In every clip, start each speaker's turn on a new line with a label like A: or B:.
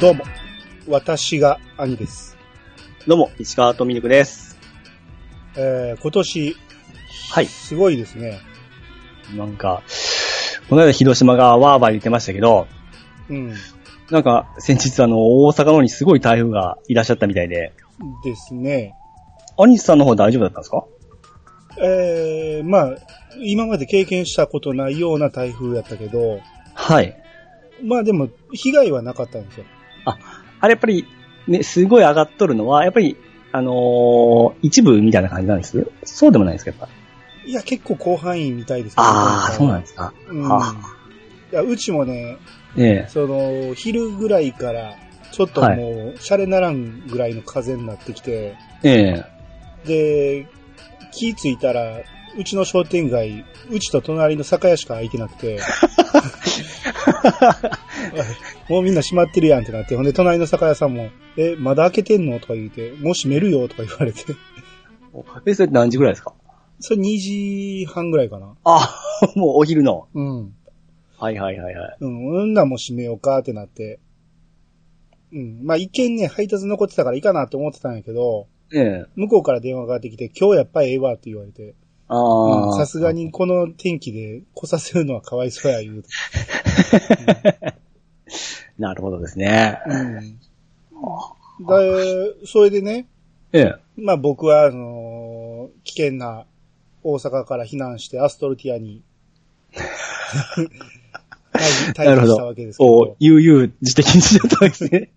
A: どうも、私が兄です。
B: どうも、石川とみるくです。
A: えー、今年、
B: はい
A: すごいですね。
B: なんか、この間広島がワーバー言ってましたけど、
A: うん。
B: なんか先日あの、大阪の方にすごい台風がいらっしゃったみたいで、
A: ですね。
B: アニスさんの方大丈夫だったんですか
A: えー、まあ、今まで経験したことないような台風やったけど、
B: はい。
A: まあでも、被害はなかったんですよ。
B: あれやっぱり、ね、すごい上がっとるのは、やっぱり、あのー一部みたいな感じなんですそうでもないですか、やっぱ。
A: いや、結構広範囲みたいですけど
B: ああ、そうなんですか。
A: うん。
B: あ
A: いや、うちもね、
B: ええ。
A: その、昼ぐらいから、ちょっともう、
B: はい
A: シャレならんぐらいの風になってきて、
B: ええ。
A: で、気ついたら、うちの商店街、うちと隣の酒屋しか開いてなく て、もうみんな閉まってるやんってなって、ほんで隣の酒屋さんも、え、まだ開けてんのとか言うて、もう閉めるよとか言われて、
B: え、それ何時ぐらいですか
A: それ2時半ぐらいかな。
B: あ、 もうお昼の。
A: うん。
B: はいはいはいはい。
A: うん、うんなんもう閉めようかってなって。うん。まあ、一見ね、配達残ってたからいいかなって思ってたんやけど、
B: ええ。
A: 向こうから電話がかかってきて、今日やっぱりええわって言われて、
B: ああ、
A: うんさすが。にこの天気で来させるのはかわいそうや言うて。
B: なるほどですね。
A: で、それでね、
B: ええ。
A: まあ僕は、あのー危険な大阪から避難してアストルティア に、退避
B: な
A: 退避
B: るほ
A: したわ
B: ど
A: けで。すけ
B: そう
A: ど、、
B: 悠々自適にしちゃったんです ね。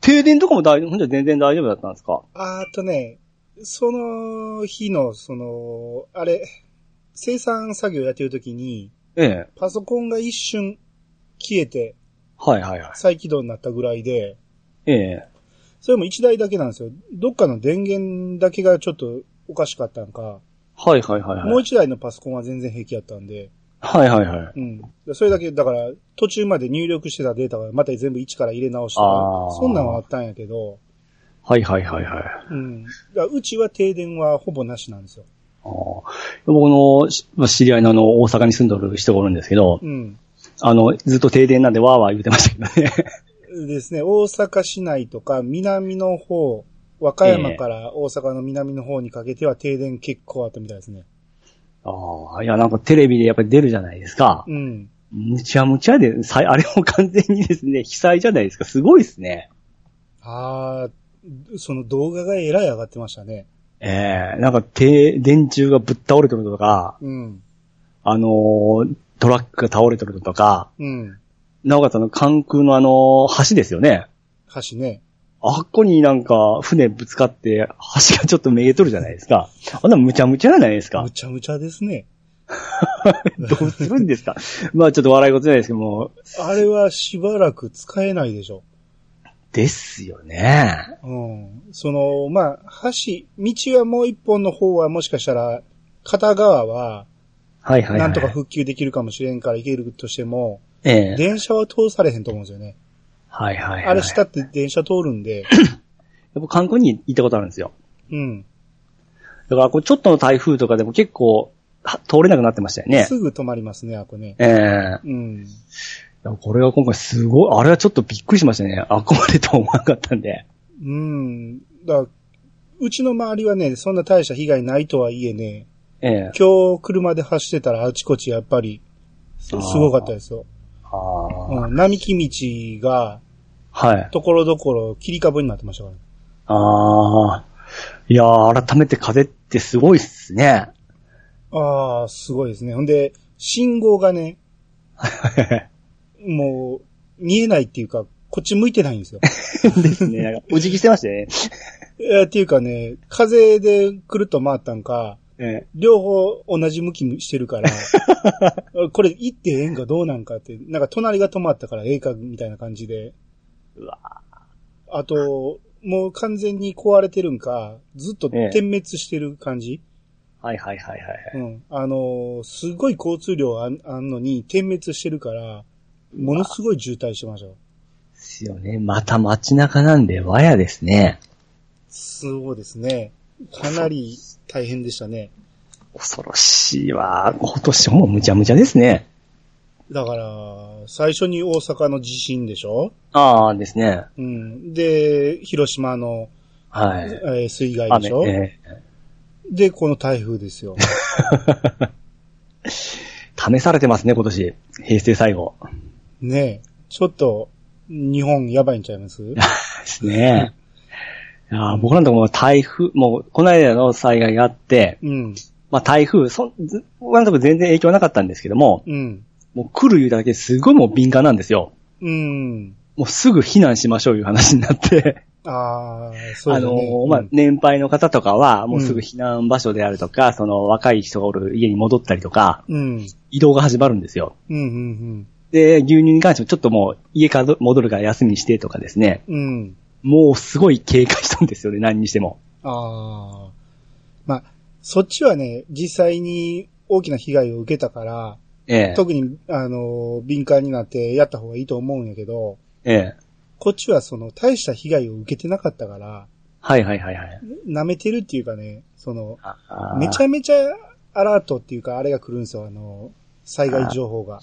B: 停電とかも大丈夫、ほんじゃ全然大丈夫だったんですか
A: あーっとね、その日の、その、あれ、生産作業やってる時に、
B: ええ。
A: パソコンが一瞬消えて
B: はいはいはい。
A: 再起動になったぐらいで、
B: ええ。
A: それも一台だけなんですよ。どっかの電源だけがちょっとおかしかったんか、
B: はいはいはいはい。
A: もう一台のパソコンは全然平気やったんで、
B: はいはいは
A: う
B: い。
A: ん。それだけ、だから、途中まで入力してたデータがまた全部一から入れ直した
B: あー
A: そんなんはあったんやけど、
B: はいはいはいはい。
A: うん。だからうちは停電はほぼなしなんですよ。
B: あー僕のし知り合いのあの、大阪に住んどる人がおるんですけど、
A: うん。
B: あの、ずっと停電なんでわーわー言ってましたけど ね。
A: ですね、大阪市内とか南の方、和歌山から大阪の南の方にかけては停電結構あったみたいですね。
B: ああ、いやなんかテレビでやっぱり出るじゃないですか。
A: うん。
B: むちゃむちゃで、さいあれも完全にですね、被災じゃないですか。すごいですね。
A: ああ、その動画がえらい上がってましたね。
B: ええなんか、停電柱がぶっ倒れてるとか、
A: うん。
B: あのートラックが倒れてるとか、
A: うん。
B: なおかつあの、関空のあのー橋ですよね。
A: 橋ね。
B: あっこになんか、船ぶつかって、橋がちょっと見えとるじゃないですか。あんなむちゃむちゃじゃないですか
A: む。ちゃむちゃですね。
B: どうするんで すか。まあちょっと笑い事じゃないですけども、
A: あれはしばらく使えないでしょ。
B: ですよね。
A: うん。その、まあ、橋、道はもう一本の方はもしかしたら、片側は、
B: はいはい、はい。
A: なんとか復旧できるかもしれんから行けるとしても、
B: ええ
A: 電車は通されへんと思うんですよね。
B: はいはい、はい。
A: あれ下って電車通るん で、
B: 僕関空に行ったことあるんですよ。
A: うん。
B: だから、こう、ちょっとの台風とかでも結構、は通れなくなってましたよね。
A: すぐ止まりますね、あこね。
B: ええ
A: うん。
B: いやこれは今回すごい、あれはちょっとびっくりしましたね。あこまでとは思わなかったんで。
A: うん。だからうちの周りはね、そんな大した被害ないとはいえね、
B: ええ。
A: 今日車で走ってたらあちこちやっぱり、すすごかったですよ。
B: ああ、
A: うん。並木道が、
B: はい。
A: ところどころ切り株になってましたから。
B: ああ。いやー、改めて風ってすごいっすね。
A: ああ、すごいですね。ほんで、信号がね、もう、見えないっていうか、こっち向いてないんですよ。
B: です ね。なんかお辞儀してましたね。
A: えーっていうかね、風でくるっと回ったんか、
B: ええ
A: 両方同じ向きにしてる から、これ行ってええんかどうなんかって、なんか隣が止まったからええかみたいな感じで。
B: うわ
A: あと、もう完全に壊れてるんか、ずっと
B: ええ
A: 点滅してる感じ、
B: はいはいはいはい。
A: うん。あのーすごい交通量あんあんのに点滅してるから、ものすごい渋滞してましたよ。
B: ですよね。また街中なんで、和やですね。
A: そうですね。かなり大変でしたね。
B: 恐ろしいわ。今年もむちゃむちゃですね。
A: だから、最初に大阪の地震でしょ
B: ああですね。
A: うん。で、広島の、
B: はい。
A: えー水害で
B: 雨
A: しょ、
B: え
A: で、この台風です よ。
B: え試されてますね、今年。平成最後。
A: ねえ。ちょっと、日本やばいんちゃい ます
B: ですね。いやー僕なんかもう台風、もうこの間の災害があって、
A: うん。
B: まあ台風、そんず僕なんか全然影響なかったんですけども、
A: うん。
B: もう来る言うだけですごいもう敏感なんですよ。
A: うん。
B: もうすぐ避難しましょういう話になって、
A: ああ、そう
B: あ
A: だ
B: の
A: ね。
B: ー、まあ
A: うん
B: 年配の方とかはもうすぐ避難場所であるとか、その若い人がおる家に戻ったりとか、
A: うん。
B: 移動が始まるんですよ。
A: うん、うん、
B: で、牛乳に関してもちょっともう家から戻るから休みにしてとかですね、
A: うん。うん。
B: もうすごい警戒したんですよね、何にしても。
A: ああ。まあ、そっちはね、実際に大きな被害を受けたから、
B: ええ。
A: 特に、あのー、敏感になってやった方がいいと思うんやけど、
B: ええ。
A: こっちはその、大した被害を受けてなかったから、
B: はいはいはいはい。
A: 舐めてるっていうかね、その、
B: あー
A: めちゃめちゃアラートっていうか、あれが来るんですよ、あの、災害情報が。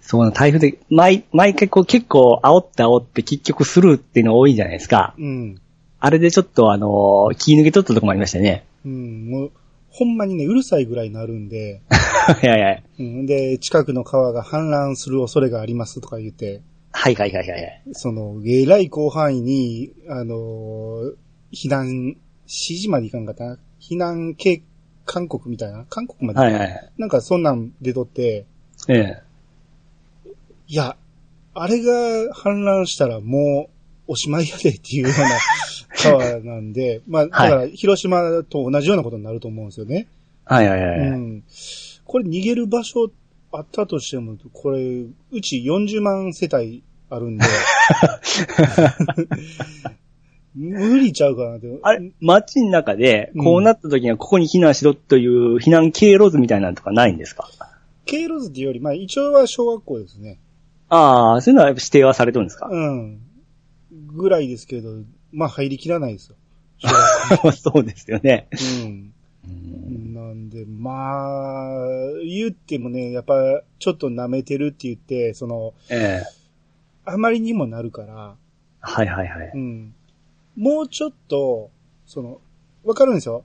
B: そうな、台風で、毎、毎回こう結構煽って煽って結局スルーっていうのが多いじゃないですか。
A: うん。
B: あれでちょっとあのー気抜け取ったとこもありましたね。
A: うん、もう、ほんまにね、うるさいぐらいになるんで、
B: はいはいはい。
A: うん、で、近くの川が氾濫する恐れがありますとか言って、
B: はいはいはいはいはい。
A: その、えらい広範囲に、あのー避難、指示までいかんかったな。避難警勧告みたいな韓国まで、
B: はいはい。
A: なんかそんなん出とって、
B: ええ。
A: いや、あれが氾濫したらもうおしまいやでっていうような川 なんで、まあ、だから広島と同じようなことになると思うんですよね。
B: はいはいはい。
A: う
B: はい
A: ん。これ逃げる場所あったとしても、これ、うち40万世帯あるんで、 無理ちゃうかなって。
B: あれ、街の中で、こうなった時にはここに避難しろという避難経路図みたいなのとかないんですか
A: 経路図っていうより、まあ一応は小学校ですね。
B: ああ、そういうのはやっぱ指定はされてるんですか、
A: うん。ぐらいですけど、まあ入りきらないですよ。小学
B: そうですよね。
A: 校うん。
B: うん
A: なんで、まあ、言ってもね、やっぱ、ちょっと舐めてるって言って、その、
B: ええ。
A: あまりにもなるから、
B: はいはいはい。
A: うん。もうちょっと、その、わかるんですよ。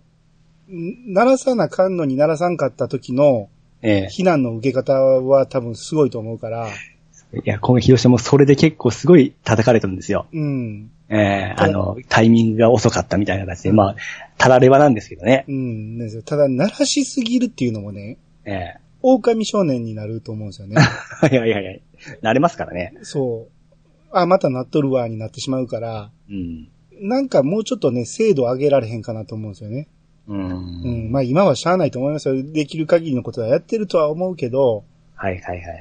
A: ん鳴らさなかんのに鳴らさんかった時の
B: ええ。
A: 避難の受け方は多分すごいと思うから、
B: いや、今回広島もそれで結構すごい叩かれたんですよ。
A: うん。
B: ええ
A: ただ
B: あの、タイミングが遅かったみたいな形で、まあ、たらればなんですけどね。
A: うん。なんですよただ、鳴らしすぎるっていうのもね、
B: ええ
A: 狼少年になると思うんですよね。
B: いやいやいや、慣れますからね。
A: そう。あ、また鳴っとるわ、になってしまうから、
B: うん。
A: なんかもうちょっとね、精度上げられへんかなと思うんですよね。
B: う。
A: うんん。まあ今はしゃあないと思いますよ。できる限りのことはやってるとは思うけど、
B: はいはいはいはい。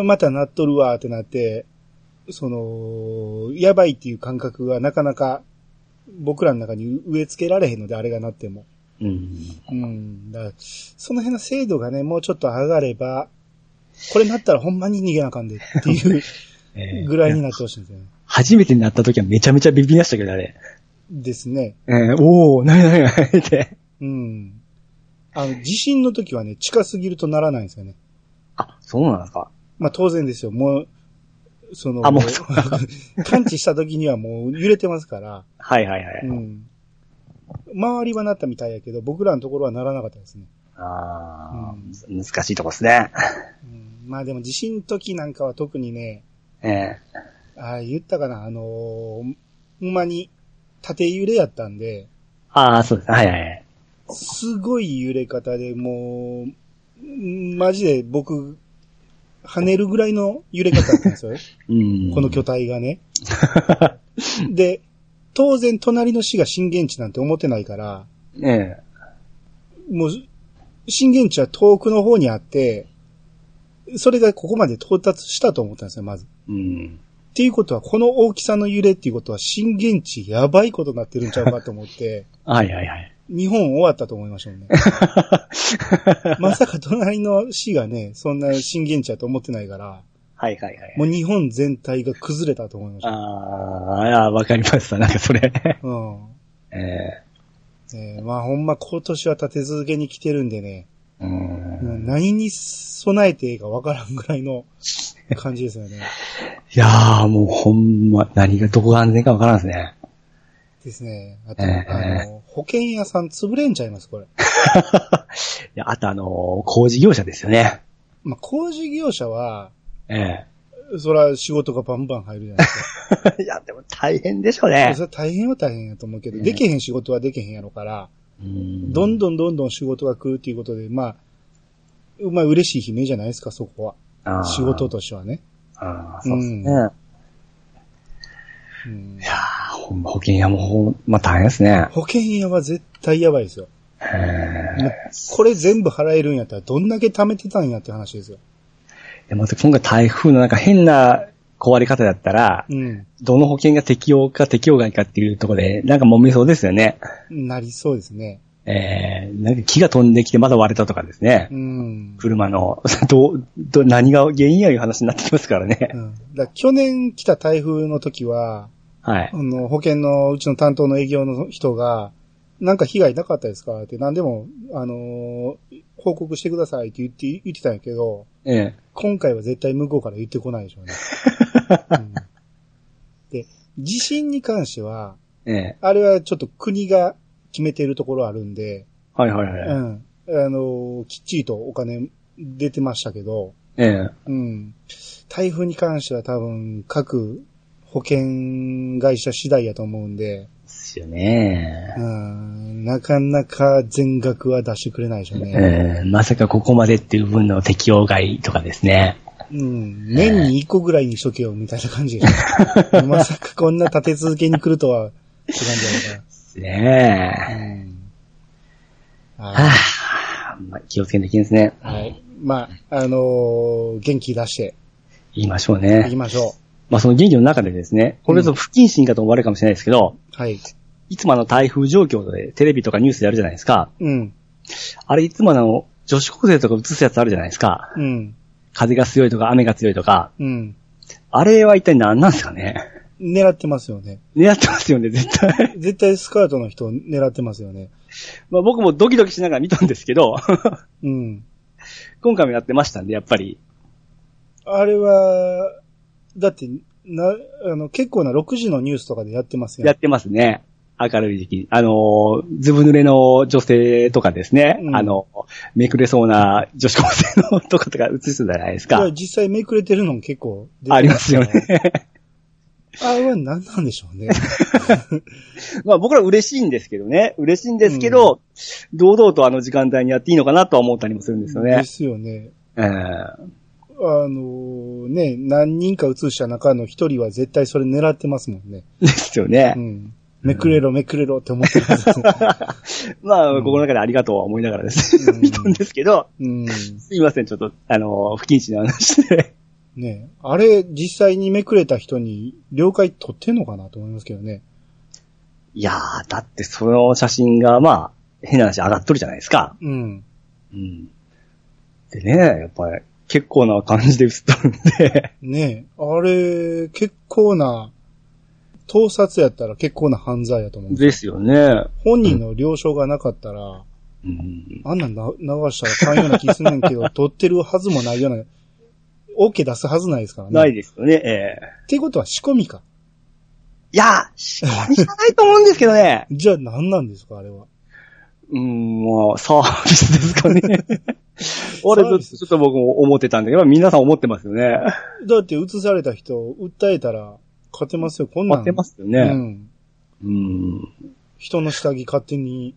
A: あまたなっとるわってなって、その、やばいっていう感覚がなかなか僕らの中に植え付けられへんので、あれがなっても。
B: うん。
A: うん。だからその辺の精度がね、もうちょっと上がれば、これなったらほんまに逃げなあかんでっていう
B: ええ
A: ぐらい
B: い
A: に
B: や
A: なってほしいんですよね。
B: 初めてなった時はめちゃめちゃビビりましたけど、あれ。
A: ですね。
B: ええおー、なになになにって。
A: うん。あの、地震の時はね、近すぎるとならないんですよね。
B: あ、そうなんですか。
A: まあ当然ですよ。もう、その、
B: あもうそう
A: 感知した時にはもう揺れてますから、
B: はいはいはい。
A: うん。周りはなったみたいやけど、僕らのところはならなかったですね。
B: ああ、難しいとこですね。
A: うん、まあでも地震の時なんかは特にね、
B: ええ
A: ああ、言ったかな、あのーほんまに縦揺れやったんで、
B: ああ、そうです。はいはいはい。
A: すごい揺れ方でもう、んマジで僕、跳ねるぐらいの揺れ方だったんです よ。
B: うん。
A: この巨体がね。 で、当然隣の市が震源地なんて思ってないから、
B: ええ
A: もう、震源地は遠くの方にあって、それがここまで到達したと思ったんですよ、まず。
B: うん。
A: っていうことは、この大きさの揺れっていうことは、震源地やばいことになってるんちゃうかと思って、
B: はいはいはい。
A: 日本終わったと思いましたも んね。まさか隣の市がね、そんな震源地やと思ってないから、
B: はいはいはい。
A: もう日本全体が崩れたと思いました。
B: あーいや、わかりました。なんかそれ。
A: うん。
B: え え
A: ねえまあほんま今年は立て続けに来てるんでね、
B: うーん。
A: うん何に備えてええかわからんぐらいの感じですよね。
B: いやー、もうほんま、何がどこが安全かわからんですね。
A: ですね。あと、
B: ええ
A: あの、保険屋さん潰れんちゃいます、これ。
B: いや、あとあのー工事業者ですよね。
A: まあ、工事業者は、
B: え
A: そら仕事がバンバン入るじゃないですか。
B: え。いや、でも大変でしょうね
A: そ。れは大変は大変やと思うけど、
B: ええ
A: できへん仕事はできへんやろから、
B: ど
A: どんどんどんどん仕事が来るっていうことで、まあ、うまあ嬉しい悲鳴じゃないですか、そこは。仕事。としてはね。
B: あーそうですね。
A: う
B: い
A: うん
B: やー、ほんま保険屋もほんま大変ですね。
A: 保険屋は絶対やばいですよ。
B: へー
A: もうこれ全部払えるんやったら、どんだけ貯めてたんやって話ですよ。
B: でまた今回台風のなんか変な壊れ方だったら、
A: うん。
B: どの保険が適用か適用外かっていうところで、なんか揉めそうですよね。
A: なりそうですね。
B: えー、なんか木が飛んできてまだ割れたとかですね。
A: うん。
B: 車の、 どう、どう、何が原因やいう話になってきますからね
A: う。ん、だから去年来た台風の時は、
B: はい
A: あ。の、保険のうちの担当の営業の人が、なんか被害なかったですかって何でも、あのー報告してくださいって言って、言ってたんやけど、
B: ええ。
A: 今回は絶対向こうから言ってこないでしょうね。うんで、地震に関しては、
B: ええ。
A: あれはちょっと国が決めてるところあるんで、
B: はいはいはい。
A: うん。あの、きっちりとお金出てましたけど、
B: ええ。
A: うん。台風に関しては多分各保険会社次第やと思うんで、
B: ですよね
A: う。ん、なかなか全額は出してくれないでしょうね。
B: ええ、まさかここまでっていう分の適用外とかですね。
A: うん。年に1個ぐらいにしとけよ、みたいな感じでし ょまさかこんな立て続けに来るとは、って感じやか
B: ね
A: ら。
B: え。
A: うん。
B: は
A: は
B: あ、まあ、気をつけていきですね。
A: い。はい。まあ、あのー元気出して
B: 言いましょう
A: いき
B: ね。
A: ましょ
B: まあ、その元気の中でですね、これぞ不謹慎かと思われるかもしれないですけど、
A: う。はい。
B: いつもあの台風状況でテレビとかニュースでやるじゃないですか。
A: うん。
B: あれいつもあの、女子高生とか映すやつあるじゃないですか。
A: うん。
B: 風が強いとか雨が強いとか。
A: うん。
B: あれは一体何なんですかね。
A: 狙ってますよね。
B: 狙ってますよね、絶対。
A: 絶対スカートの人を狙ってますよね。
B: まあ僕もドキドキしながら見たんですけど、
A: うん。
B: 今回もやってましたんで、やっぱり。
A: あれは、だって、な、あの、結構な6時のニュースとかでやってますよ
B: や
A: ね
B: っ。てますね。明るい時期に。あのー、ずぶ濡れの女性とかですね。
A: うん
B: あの、めくれそうな女子高生のとかとか映してたじゃないです
A: い
B: か
A: や。実際めくれてるのも結構出て。
B: ありますよね。
A: あれは何なんでしょうね。
B: まあ僕ら嬉しいんですけどね。嬉しいんですけど、堂々とあの時間帯にやっていいのかなとは思ったりもするんですよね
A: で。すよね。
B: えー
A: あのね、何人か映した中の一人は絶対それ狙ってますもんね。
B: ですよ
A: う
B: ね。
A: ん。めくれろめくれろって思ってるはず。
B: まあ、
A: うん
B: 心の中でありがとうは思いながらですね、
A: うん
B: 見たんですけど、
A: うん。
B: すいません、ちょっと、あの、不謹慎な話で。
A: ねあれ、実際にめくれた人に了解取ってんのかなと思いますけどね。
B: いやー、だってその写真が、まあ、変な話上がっとるじゃないですか。
A: うん。
B: うん。でね、やっぱり、結構な感じで映っとるんで、
A: ねえ、あれ、結構な、盗撮やったら結構な犯罪やと思う。
B: ですよね。
A: 本人の了承がなかったら、
B: うん。
A: あんなんな流したらあかんような気すんねんけ ど、撮ってるはずもないような、OK 出すはずないですからね。
B: ない
A: っ
B: ですよね、ええ
A: ていうことは仕込みか。
B: いや、仕込みじゃないと思うんですけどね。
A: じゃあ何なんですか、あれは。
B: うん、まあ、サービスですかね。 俺
A: サービ
B: ち
A: ス
B: ょっと僕も思ってたんだけど、皆さん思ってますよね。
A: だって映された人、訴えたら、勝てますよ、こんなん。
B: 思ってますすよ
A: ね。う
B: ね。
A: ん。
B: うん。
A: 人の下着勝手に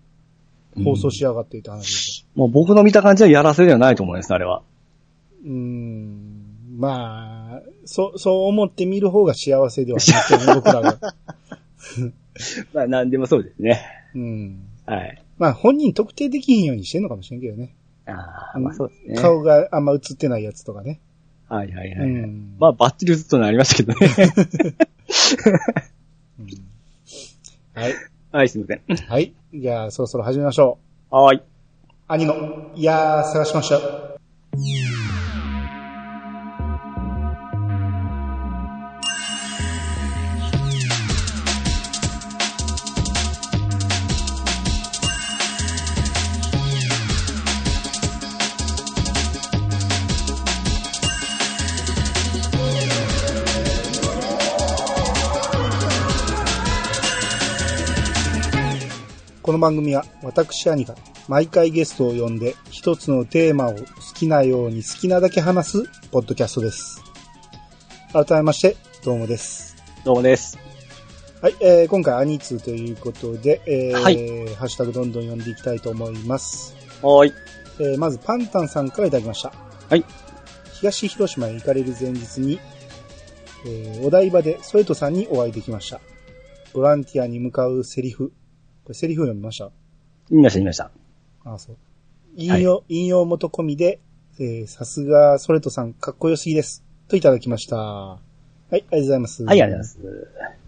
A: 放送しやがってって話ですよ。
B: もう僕の見た感じはやらせではないと思います、あれは。
A: うーん。まあ、そう、そう思って見る方が幸せではないですけどね、僕らが。
B: まあ、なんでもそうですね。
A: うん。
B: はい。
A: まあ本人特定できひんようにしてんのかもしれんけどね。
B: ああ、まあそうですね。
A: 顔があんま映ってないやつとかね。
B: はいはいはい。
A: うん。
B: まあ、バッチリ映っとなりましたけどね。
A: うんはい。
B: はい、すいません。
A: はい。じゃあそろそろ始めましょ
B: はーい。
A: う。兄の、いやー探しましたよ。
C: 「
A: この番組は私兄が毎回ゲストを呼んで一つのテーマを好きなように好きなだけ話すポッドキャストです。改めまして、どうもです。
B: どうもです。
A: はい、えー、今回兄通ということで、えー
B: は
A: ハッシュタグどんどん読んでいきたいと思います。
B: はーい。
A: えーまずパンタンさんからいただきました。
B: はい。
A: 東広島へ行かれる前日に、えーお台場でソエトさんにお会いできました。ボランティアに向かうセリフ。これセリフ読みました
B: 見ました、見ました。
A: あそう。引用、引用元込みで、えーさすがソレトさんかっこよすぎです。といただきました。はい、ありがとうございます。
B: はい、ありがとうございます。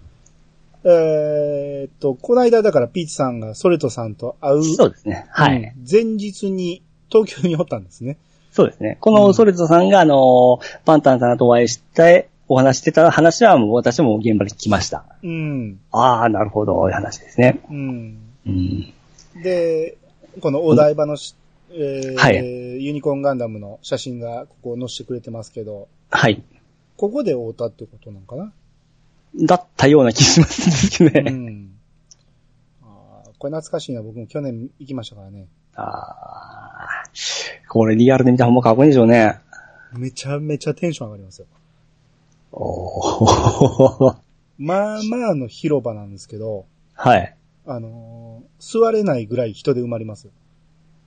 A: えーっと、この間だからピーチさんがソレトさんと会う、
B: そうですね。はい。
A: うん前日に東京におったんですね。
B: そうですね。このソレトさんが、あのー、パンタンさんとお会いして、お話してた話はもう私も現場に来ました。
A: うん。
B: ああ、なるほど、いう話ですね。
A: うん。
B: うん。
A: で、このお台場のし、えー
B: はい
A: ユニコーンガンダムの写真がここ載せてくれてますけど、
B: はい。
A: ここで会うたってことなんかな
B: だったような気しますけど
A: う
B: ね。
A: ん。あーこれ懐かしいな。僕も去年行きましたからね。
B: ああ。これリアルで見たらほんまかっこいいんでしょうね。
A: めちゃめちゃテンション上がりますよ。
B: おー
A: まあまあの広場なんですけど、
B: はい。
A: あのー座れないぐらい人で埋まります。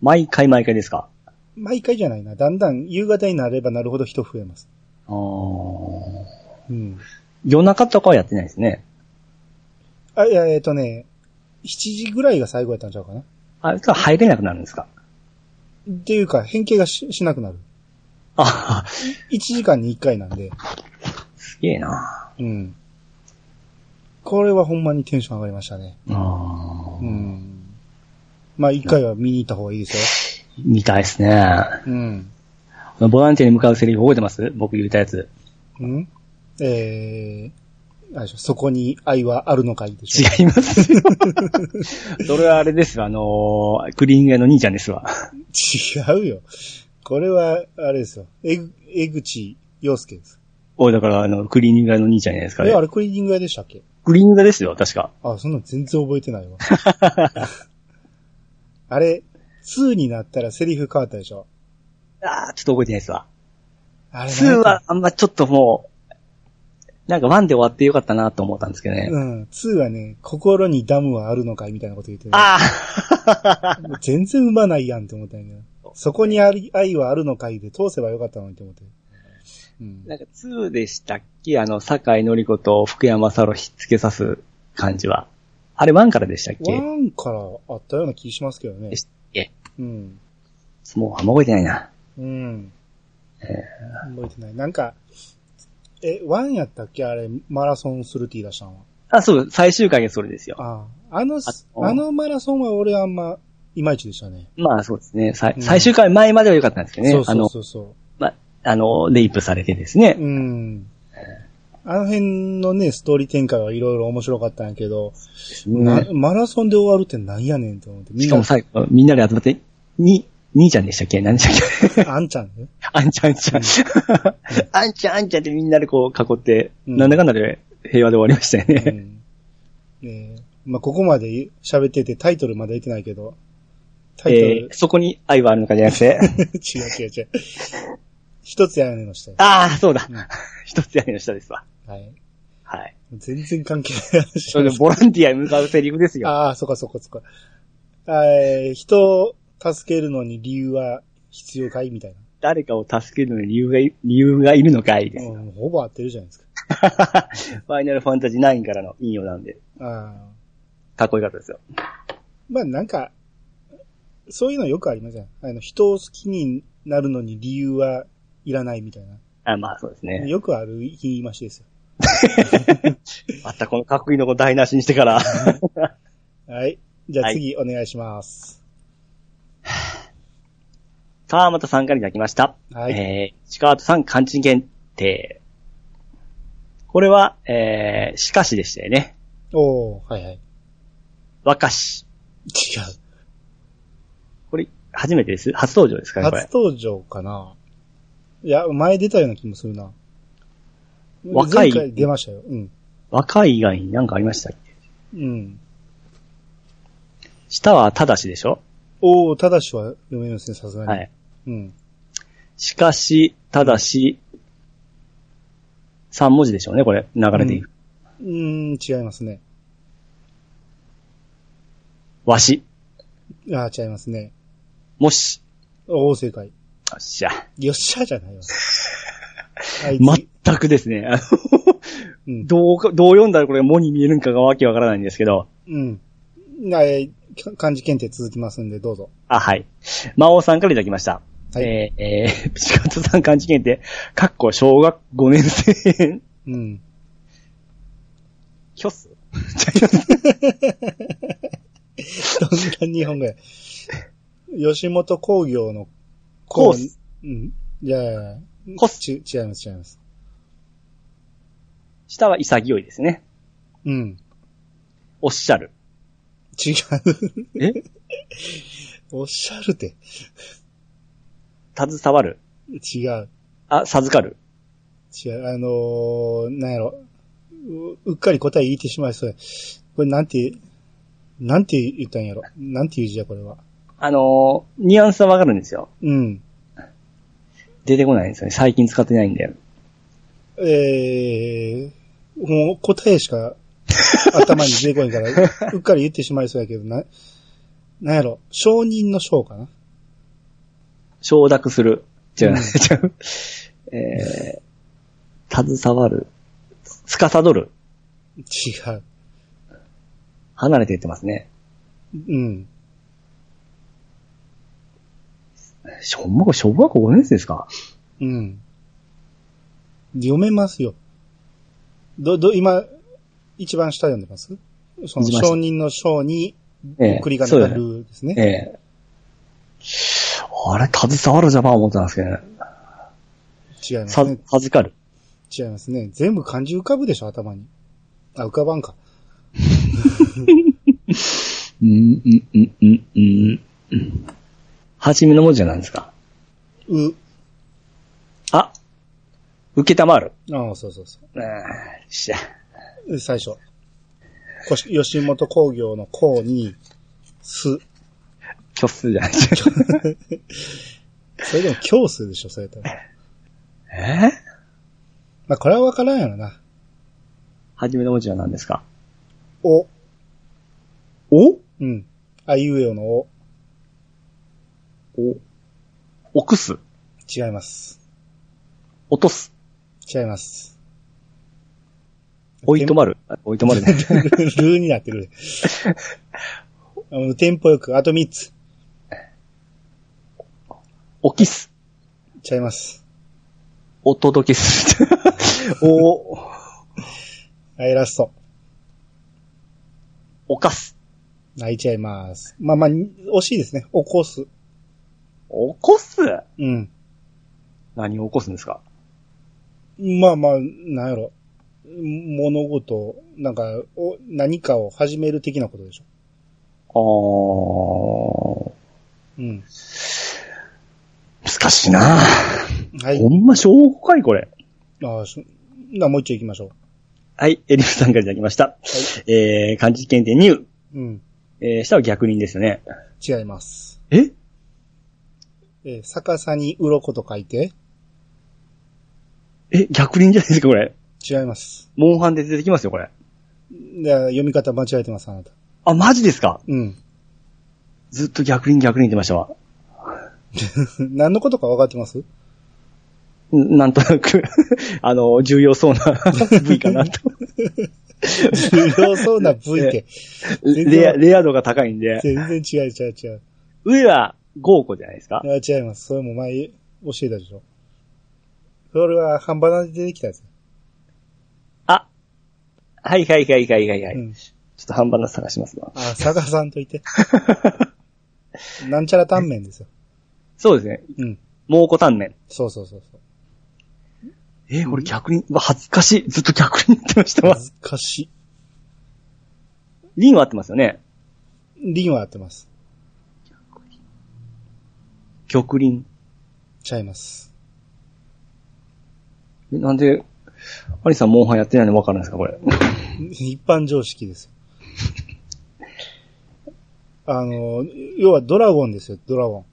B: 毎回毎回ですか。
A: 毎回じゃないな。だんだん夕方になればなるほど人増えます。
B: あー
A: うん。
B: 夜中とかはやってないですね。
A: あ、いやえっ、とね、7時ぐらいが最後やったんちゃうかな。っ
B: あれとは入れなくなるんですか。
A: ていうか、変形がししなくなる。
B: ああ、
A: 1時間に1回なんで。
B: すげえな。
A: うん。これはほんまにテンション上がりましたね。
B: あー
A: うん。まあ1回は見に行った方がいいです
B: 見たいですね。
A: よ。うん。
B: ボランティアに向かうセリフ覚えてます僕言ったやつ。
A: うんえー、あれでしょそこに愛はあるのかいでしょ
B: 違います。 それはあれですわあのークリーニング屋の兄ちゃんですわ。
A: 違うよ。これは、あれですよ。えぐ、えぐち洋介です。
B: おい、だから、あの、クリーニング屋の兄ちゃんじゃないですか、
A: え、あ
B: ね。
A: れクリーニング屋でしたっけ
B: クリーニング屋ですよ、確か。
A: あ、そんなの全然覚えてないわ。 あれ、2になったらセリフ変わったでしょ
B: あーちょっと覚えてないですわ。
A: あれ
B: 2
A: なん
B: は
A: か、
B: あんまちょっともう、なんか1で終わってよかったなと思ったんですけどね。
A: うん、2はね、心にダムはあるのかいみたいなこと言ってる。
B: あ
A: 全然生まないやんって思ったんやけど。そこにあり愛はあるのかいで通せばよかったのにって思って。うん
B: ー なんか2でしたっけあの、酒井のり子と福山雅ろひっつけさす感じは。あれ1からでしたっ
A: ワ
B: け
A: ンからあったような気しますけどね
B: で。したっけ
A: うん。
B: もうあんま覚えてないな。
A: うん。
B: え
A: 覚えてない。なんか、え、ワンやったっけあれ、マラソンするって言い出したのは。
B: あ、そう、最終回がそれですよ。
A: ああ。あの、
B: あ
A: あのマラソンは俺あんま、いまいちでしたね。
B: まあそうですね。さい
A: うん
B: 最終回前までは良かったんですけどね。
A: そうそうそうそう。
B: あの、あの、レイプされてですね。
A: うん。あの辺のね、ストーリー展開はいろいろ面白かったんやけど、な
B: ね
A: マラソンで終わるってなんやねんと思って。み
B: し
A: ん
B: か
A: な
B: も、最後、みんなで集まって、に、兄ちゃんでしたっけ何でしたっけ
A: あんちゃんね。
B: あんちゃん、あんちゃん。あんちゃん、あんちゃんってみんなでこう囲って、
A: うん
B: なんだかんだで平和で終わりましたよ
A: う
B: ね。
A: ん。ねえまあ、ここまで喋っててタイトルまで出てないけど、タイトル、
B: えー、そこに愛はあるのかじゃなくて。
A: 違う違う違う。一つやめましたよ。
B: ああ、そうだ
A: うん。
B: 一つ屋根の下ですわ。
A: はい。
B: はい。
A: 全然関係ない話。
B: それでボランティアへ向かうセリフですよ。
A: ああ、そっかそっかそっか。えー人を助けるのに理由は必要かいみたいな。
B: 誰かを助けるのに理由がい、理由がいるのかいです。
A: うん、ほぼ合ってるじゃないですか。
B: ファイナルファンタジー9からの引用なんで、
A: ああ。
B: かっこよかったですよ。
A: まあなんか、そういうのよくありません。あの、人を好きになるのに理由はいらないみたいな。
B: あまあそうですね。
A: よくある言い回しですよ。
B: またこのかっこいいのを台無しにし てから。
A: はい。じゃあ次お願いします。
B: 川又さんからいただきました。
A: はい
B: えー、シカートさん漢字限定。これは、えー、しかしでしたよね。
A: おおはい はい。
B: わかし。
A: 違う。
B: これ、初めてです。初登場ですから、これ
A: 初。登場かないや、前出たような気もするな。
B: 若い
A: 前回出ましたよ。うん。
B: 若い以外に何かありましたっけ
A: うん。
B: 下はただしでしょ
A: おおただしは読めますね、さすがに。
B: はい。
A: うん。
B: しかし、ただし、3文字でしょうね、これ、流れていく。
A: うーん、違いますね。
B: わし、
A: ああ、違いますね。
B: もし、
A: おお正解。
B: よっしゃ。
A: よっしゃじゃ ないわ。はい、次
B: 全くですね。あの
A: うん。
B: どうか、どう読んだらこれ、もに見えるんかがわけわからないんですけど。
A: うん。なえーか漢字検定続きますんで、どうぞ。
B: あ、はい。魔王さんからいただきました。
A: はい
B: えー、えー、 ピチカートさん漢字検定、かっこ小学5年 生、
A: うん。
B: キョスじゃあキョス
A: どんな日本語や。吉本工業の
B: コース。
A: うん。いやいやいや
B: コス
A: ち、違います、違います。
B: 下は潔いですね。
A: うん。
B: おっしゃる。
A: 違う。
B: え
A: おっしゃるて。
B: 携わる。
A: 違う。
B: あ、授かる。
A: 違う。あのー、なんやろ。ううっかり答え言ってしまいそうや。これなんて、なんて言ったんやろ。なんていう字や、これは。
B: あのー、ニュアンスはわかるんですよ。
A: うん。
B: 出てこないんですよね。最近使ってないんで。
A: えー、もう答えしか頭に出てこないから、うっかり言ってしまいそうやけど、な、なんやろ、承認の章かな
B: 承諾する。違う、
A: うん
B: 違う。えー、携わる。つかさどる。
A: 違う。
B: 離れていってますね。
A: うん。
B: しょ、ほんまこれ小学校5年生ですか
A: うん。読めますよ。ど、ど、今、一番下読んでますその
B: 一番下
A: 承認の章に、
B: ええ
A: 繰り返
B: そう
A: が
B: だね
A: るですね。
B: ええあれ、携わるじゃば思ってたんですけどね。
A: 違います
B: さ
A: ね。、
B: 預かる。
A: 違いますね。全部漢字浮かぶでしょ、頭に。あ、浮かばんか。
B: うん、うん、うん、うん、うん。はじめの文字じゃないですか。
A: う。
B: あ、受けたまる。
A: ああ、そうそうそう。
B: あーよっしゃ。
A: 最初。こし吉本工業の工に、す。
B: 虚数じゃない。
A: それでも強数でしょ、それと。
B: え
A: まあ、これはわからんやろな。
B: はじめの文字は何ですか
A: お。
B: お
A: うん。あいうえおのお。
B: お、おくす、
A: 違います。
B: 落とす、
A: 違います。
B: おいとまる。あおいとまる ね。
A: ルーになって る。あのテンポよく、あと3つ。
B: おきす、
A: 違います。
B: お届けする。 お、
A: はい、ラスト。
B: おかす。
A: 泣いちゃいます。まあまあ、に惜しいですね。起こす。
B: おこす
A: うん。
B: 何を起こすんですか
A: まあまあ、なんやろ。物事を、なんか、お何かを始める的なことでしょ。
B: あー、
A: うん。
B: 難しいな
A: はい
B: ほ。んま証拠かいこれ。
A: ああ、しなもう一丁行きましょ
B: はい、エリフさんからいただきました。えー、漢字検定入。
A: う。うん。
B: えー、下は逆輪ですよね。
A: 違います。
B: え
A: えー逆さに鱗と書いて、
B: え、逆輪じゃないですかこれ。
A: 違います。
B: モンハンで出てきますよ、これ。
A: で読み方間違えてます、あなた。
B: あ、マジですか
A: うん。
B: ずっと逆輪逆輪ってましたわ。
A: 何のことか分かってます
B: んなんとなく、 あの、重要そうな 部位かなと。
A: 重要そうな部位って。全然
B: レア、レア度が高いんで。
A: 全然違う、違う、違う。
B: 上は豪個じゃないですか。
A: あ違います。それも前教えたでしょ。それは半端なで出てきたやつ。
B: あはいはいはいはいはいはい。
A: うん
B: ちょっと半端な探しますわ。
A: あ、逆さんといて。なんちゃらタンメンですよ。
B: そうですね。
A: うん。
B: 蒙古タンメン。
A: そうそうそうそう。
B: えー、これ逆に、うわ恥ずかしい。ずっと逆に言ってましたわ
A: 恥。ずかし
B: リンは合ってますよね。
A: い。リンは合ってます。
B: 極輪。
A: ちゃいます。
B: えなんで、アリさんモンハンやってないの分かるんですかこれ。
A: 一般常識ですよ。あの、要はドラゴンですよ、ドラゴン。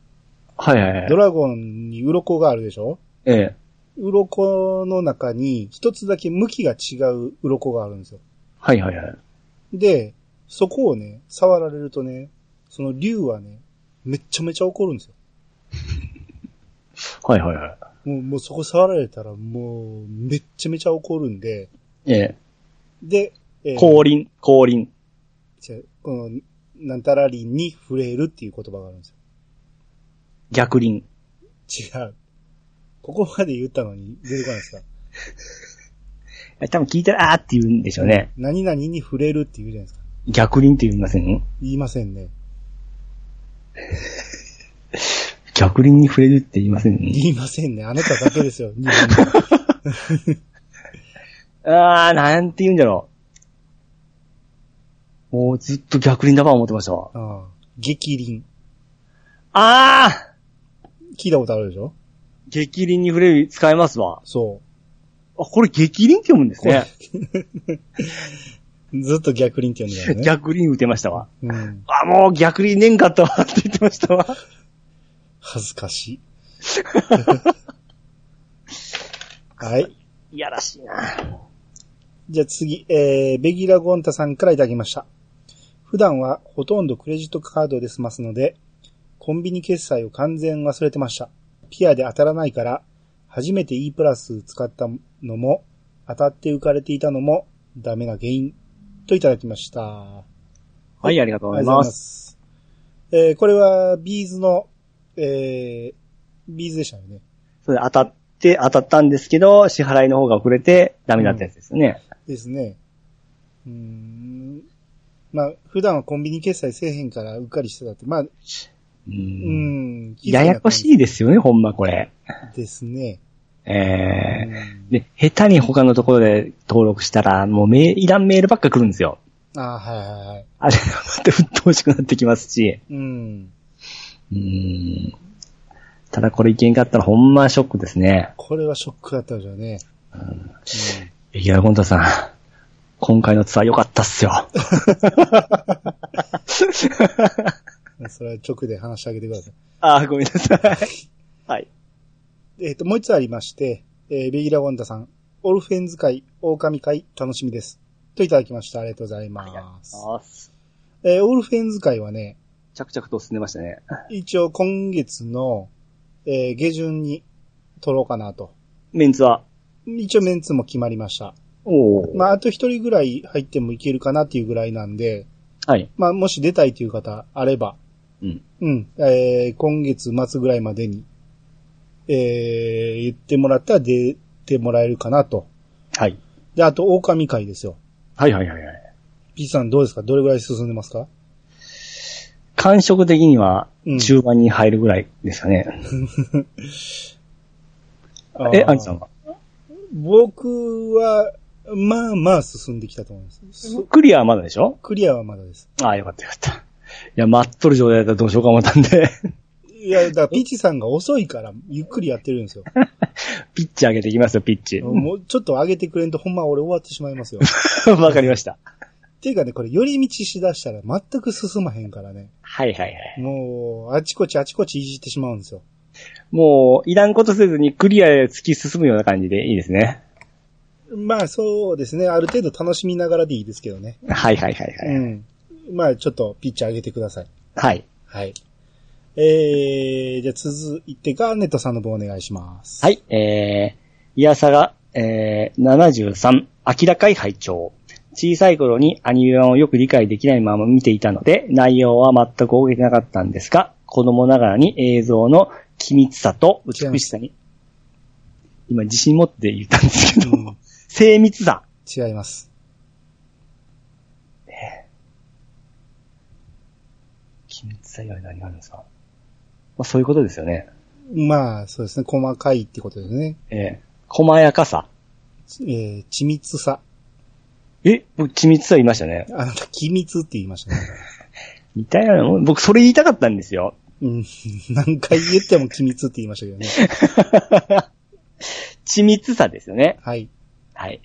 B: はいはいはい。
A: ドラゴンに鱗があるでしょ
B: ええ。
A: 鱗の中に一つだけ向きが違う鱗があるんですよ。
B: はいはいはい。
A: で、そこをね、触られるとね、その竜はね、めっちゃめちゃ怒るんですよ。
B: はいはいはい。
A: もう、もうそこ触られたらもう、めっちゃめちゃ怒るんで、
B: え
A: で、え
B: え。
A: ー
B: 降臨、降臨。
A: じゃあこの、なんたらりんに触れるっていう言葉があるんです
B: 逆臨。
A: よ。違う。ここまで言ったのに出てこないですか
B: え多分聞いたら、あーって言うんでしょうね。
A: 何々に触れるって言うじゃないですか。
B: 逆臨って言いません
A: 言いませんね。
B: 逆臨に触れるって言いません
A: 言いませんね。あなただけですよ。日本に
B: あー、なんて言うんだろう。もうずっと逆臨だわ、思ってましたわ。
A: ああ激鱗。
B: あ
A: 聞いたことあるでしょ
B: ー逆臨に触れる、使えますわ。
A: そ
B: あ、これ逆臨って読むんですね。
A: う。ずっと逆鱗って呼んでたよね。
B: 逆臨打てましたわ。
A: うん。
B: あ、もう逆臨ねんかったわって言ってましたわ。
A: 恥ずかし い。はい。
B: いやらしいな。
A: じゃあ次、えー、ベギラ・ゴンタさんからいただきました。普段はほとんどクレジットカードで済ますので、コンビニ決済を完全忘れてました。ピアで当たらないから、初めて E プラス使ったのも、当たって浮かれていたのも、ダメな原因、といただきました。
B: はい、ありがとうご
A: あ
B: ざい
A: りがとうご
B: ま。
A: ざいますす。えーこれは、ビーズの、えービーズでしたよね。
B: それで当たって、当たったんですけど、支払いの方が遅れてダメだったやつですね。
A: ですね。うーん。まあ、普段はコンビニ決済せえへんから、うっかりしてたって。まあ、うー
B: うん。
A: ん。
B: ややこし
A: い。
B: いですよね、ほんまこれ。
A: ですね。う
B: え
A: ん
B: ー、で、下手に他のところで登録したら、もうメール、いらんメールばっか来るんですよ。
A: あーはいはいはい。
B: あれ、また鬱陶しくなってきますし。
A: うん。
B: うん。ただこれいけんかったらほんまショックですね。
A: これはショックだったでしょうね。うん
B: いや、ゴンタさん。今回のツアー良かったっすよ。
A: それは直で話してあげてください。
B: あーごめんなさい。はい。
A: えっ、と、もう一つありまして、えー、レギュラー・ワンダさん、オルフェンズ会、狼会、楽しみです。といただきました。ありがとうございます。
B: あー
A: えーオルフェンズ会はね、
B: 着々と進んでましたね。
A: 一応今月の、えー下旬に撮ろうかなと。
B: メンツは。
A: 一応メンツも決まりました。
B: おお、
A: まあ、あと一人ぐらい入ってもいけるかなっていうぐらいなんで、
B: はい。
A: まあ、もし出たいという方あれば、
B: うん。
A: うん、えー今月末ぐらいまでに、えー言ってもらったら出てもらえるかなと。
B: はい。
A: で、あと、狼会ですよ。
B: はいはいはいはい。
A: P さんどうですかどれぐらい進んでますか
B: 感触的には
A: うん、
B: 中盤に入るぐらいですかね。え、アンジさんは
A: 僕は、まあまあ進んできたと思います。す
B: クリアはまだでしょ
A: クリアはまだです。
B: ああ、よかったよかった。いや、待っとる状態だったらどうしようか思ったんで、
A: いや、だからピッチさんが遅いから、ゆっくりやってるんですよ。
B: ピッチ上げていきますよ、ピッチ。
A: もうちょっと上げてくれんと、ほんま俺終わってしまいますよ。
B: わかりました。
A: っていうかね、これ寄り道しだしたら全く進まへんからね。
B: はいはいはい。
A: もう、あちこちあちこちいじってしまうんですよ。
B: もう、いらんことせずにクリアへ突き進むような感じでいいですね。
A: まあそうですね、ある程度楽しみながらでいいですけどね。
B: はいはいはいは
A: う
B: い。
A: ん。まあちょっとピッチ上げてください。
B: はい。
A: はい。えー、じゃあ続いてガーネットさんの方お願いします。
B: はい、えー、いやさが、えー、73、明らかい拝聴小さい頃にアニメ版をよく理解できないまま見ていたので、内容は全く覚えてなかったんですが、子供ながらに映像の機密さと美しさに、今自信持って言ったんですけど、
A: うん
B: 精密さ。
A: 違います。
B: 機密さ以外何があるんですか、まあ、そういうことですよね。
A: まあそうですね、細かいってことですね。
B: えー、細やかさ。
A: えー、緻密さ。
B: え、僕、緻密さ言いましたね。
A: あなた、機密って言いましたね。
B: 似たようなもん、僕、それ言いたかったんですよ。
A: うん。 何回言っても機密って言いましたけどね。
B: 緻密さですよね。
A: はい。
B: はい。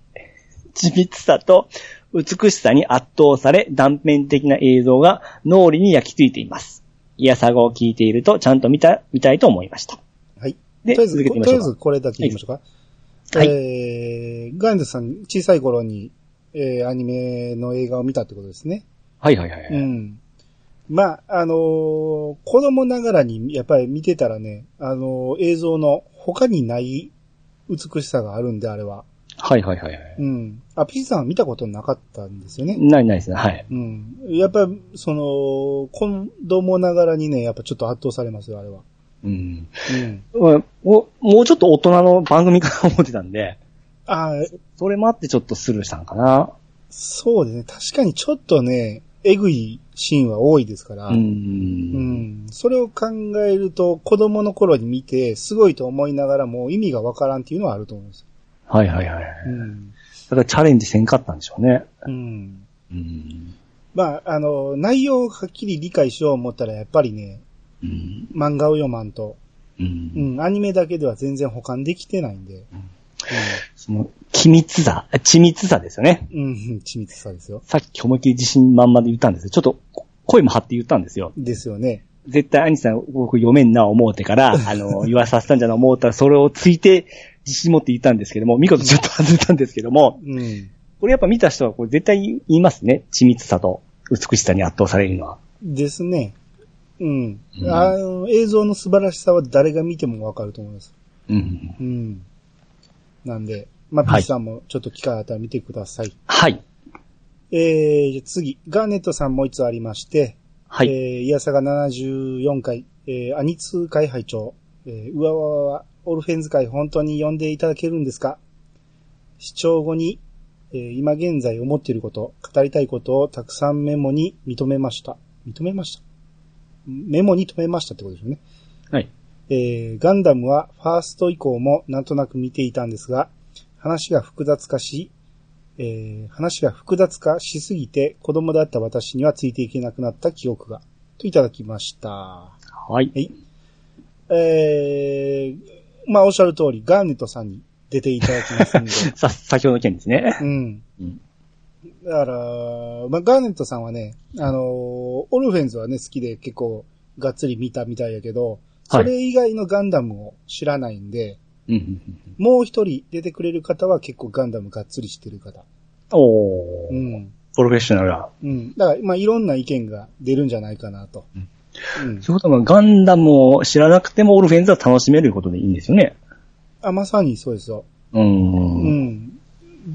B: 緻密さと美しさに圧倒され断片的な映像が脳裏に焼き付いています。イヤサゴを聞いているとちゃんと見た、見たいと思いました。
A: はい。
B: で、
A: とりあえず、
B: 続け
A: と
B: てみ
A: り
B: まし
A: あ
B: ょ
A: えず
B: う
A: これだけ言いましょうか。
B: はい
A: えー、ガンズさん、小さい頃に、えー、アニメの映画を見たってことですね。
B: か。はいはいはいは
A: う
B: い。
A: ん。まあ、あのー子供ながらに、やっぱり見てたらね、あのー映像の他にない美しさがあるんで、あれは。
B: はいはいはいはい。
A: うん。あ、ピチさんは見たことなかったんですよね。
B: ないないですね。はい。
A: うん。やっぱ、その、子供ながらにね、やっぱちょっと圧倒されますよ、あれは。
B: うん。
A: うん。
B: もうもうちょっと大人の番組かな思ってたんで、
A: あー
B: それもあってちょっとスルーしたんかな。
A: そうですね。確かにちょっとね、えぐいシーンは多いですから。
B: う。
A: うんんそれを考えると、子供の頃に見て、すごいと思いながらも意味がわからんっていうのはあると思うんです。
B: はいはいはい。
A: うん。
B: だからチャレンジせんかったんでしょうね。
A: うん。
B: うん。
A: まあ、あの、内容をはっきり理解しよう思ったら、やっぱりね、
B: うん。
A: 漫画を読まんと、
B: う。
A: うんん、アニメだけでは全然保管できてないんで、
B: その、機密さ、緻密さですよね。
A: うん、うん、緻密さですよ。
B: さっき思いっきり自信満々で言ったんですよ。ちょっと、こ声も張って言ったんですよ。
A: ですよね。
B: 絶対兄さん、僕読めんな思うて から、あの、言わさせたんじゃな思うたら、それをついて、自信持って言ったんですけども、見事ちょっと外れたんですけども、
A: うん。
B: これやっぱ見た人はこれ絶対言いますね。緻密さと美しさに圧倒されるのは。
A: ですね。うん。
B: うん
A: あの、映像の素晴らしさは誰が見てもわかると思います。
B: うん。
A: うん。なんで、まあ、ピ
B: はい
A: ッチさんもちょっと機会あったら見てください。
B: はい。
A: えー、じゃあ次、ガーネットさんもう一つありまして、
B: はい。
A: えー、イヤサが74回、えー、アニツ会拝聴えー、うわわわわ、オルフェンズ会本当に呼んでいただけるんですか視聴後に、えー、今現在思っていること、語りたいことをたくさんメモに認めました。認めましたメモに留めましたってことですよね。
B: はい。
A: えーガンダムはファースト以降もなんとなく見ていたんですが、話が複雑化し、えー話が複雑化しすぎて子供だった私にはついていけなくなった記憶が、といただきました。
B: はい。
A: えーまあおっしゃる通り、ガーネットさんに出ていただきますん で。
B: さ、先ほどの件ですね。
A: うん
B: うん。
A: だから、まあガーネットさんはね、あのーオルフェンズはね、好きで結構がっつり見たみたいやけど、
B: は
A: そ
B: い
A: れ以外のガンダムを知らないんで、
B: うんうんうん。
A: もう一人出てくれる方は結構ガンダムがっつりしてる方。
B: おー、
A: うん。
B: プロフェッショナルだ。
A: うん。だから、まあ、いろんな意見が出るんじゃないかなと。
B: うん
A: うん。
B: そういうことはガンダムを知らなくてもオルフェンズは楽しめることでいいんですよね。
A: あ、まさにそうですよ。
B: う。
A: うんん。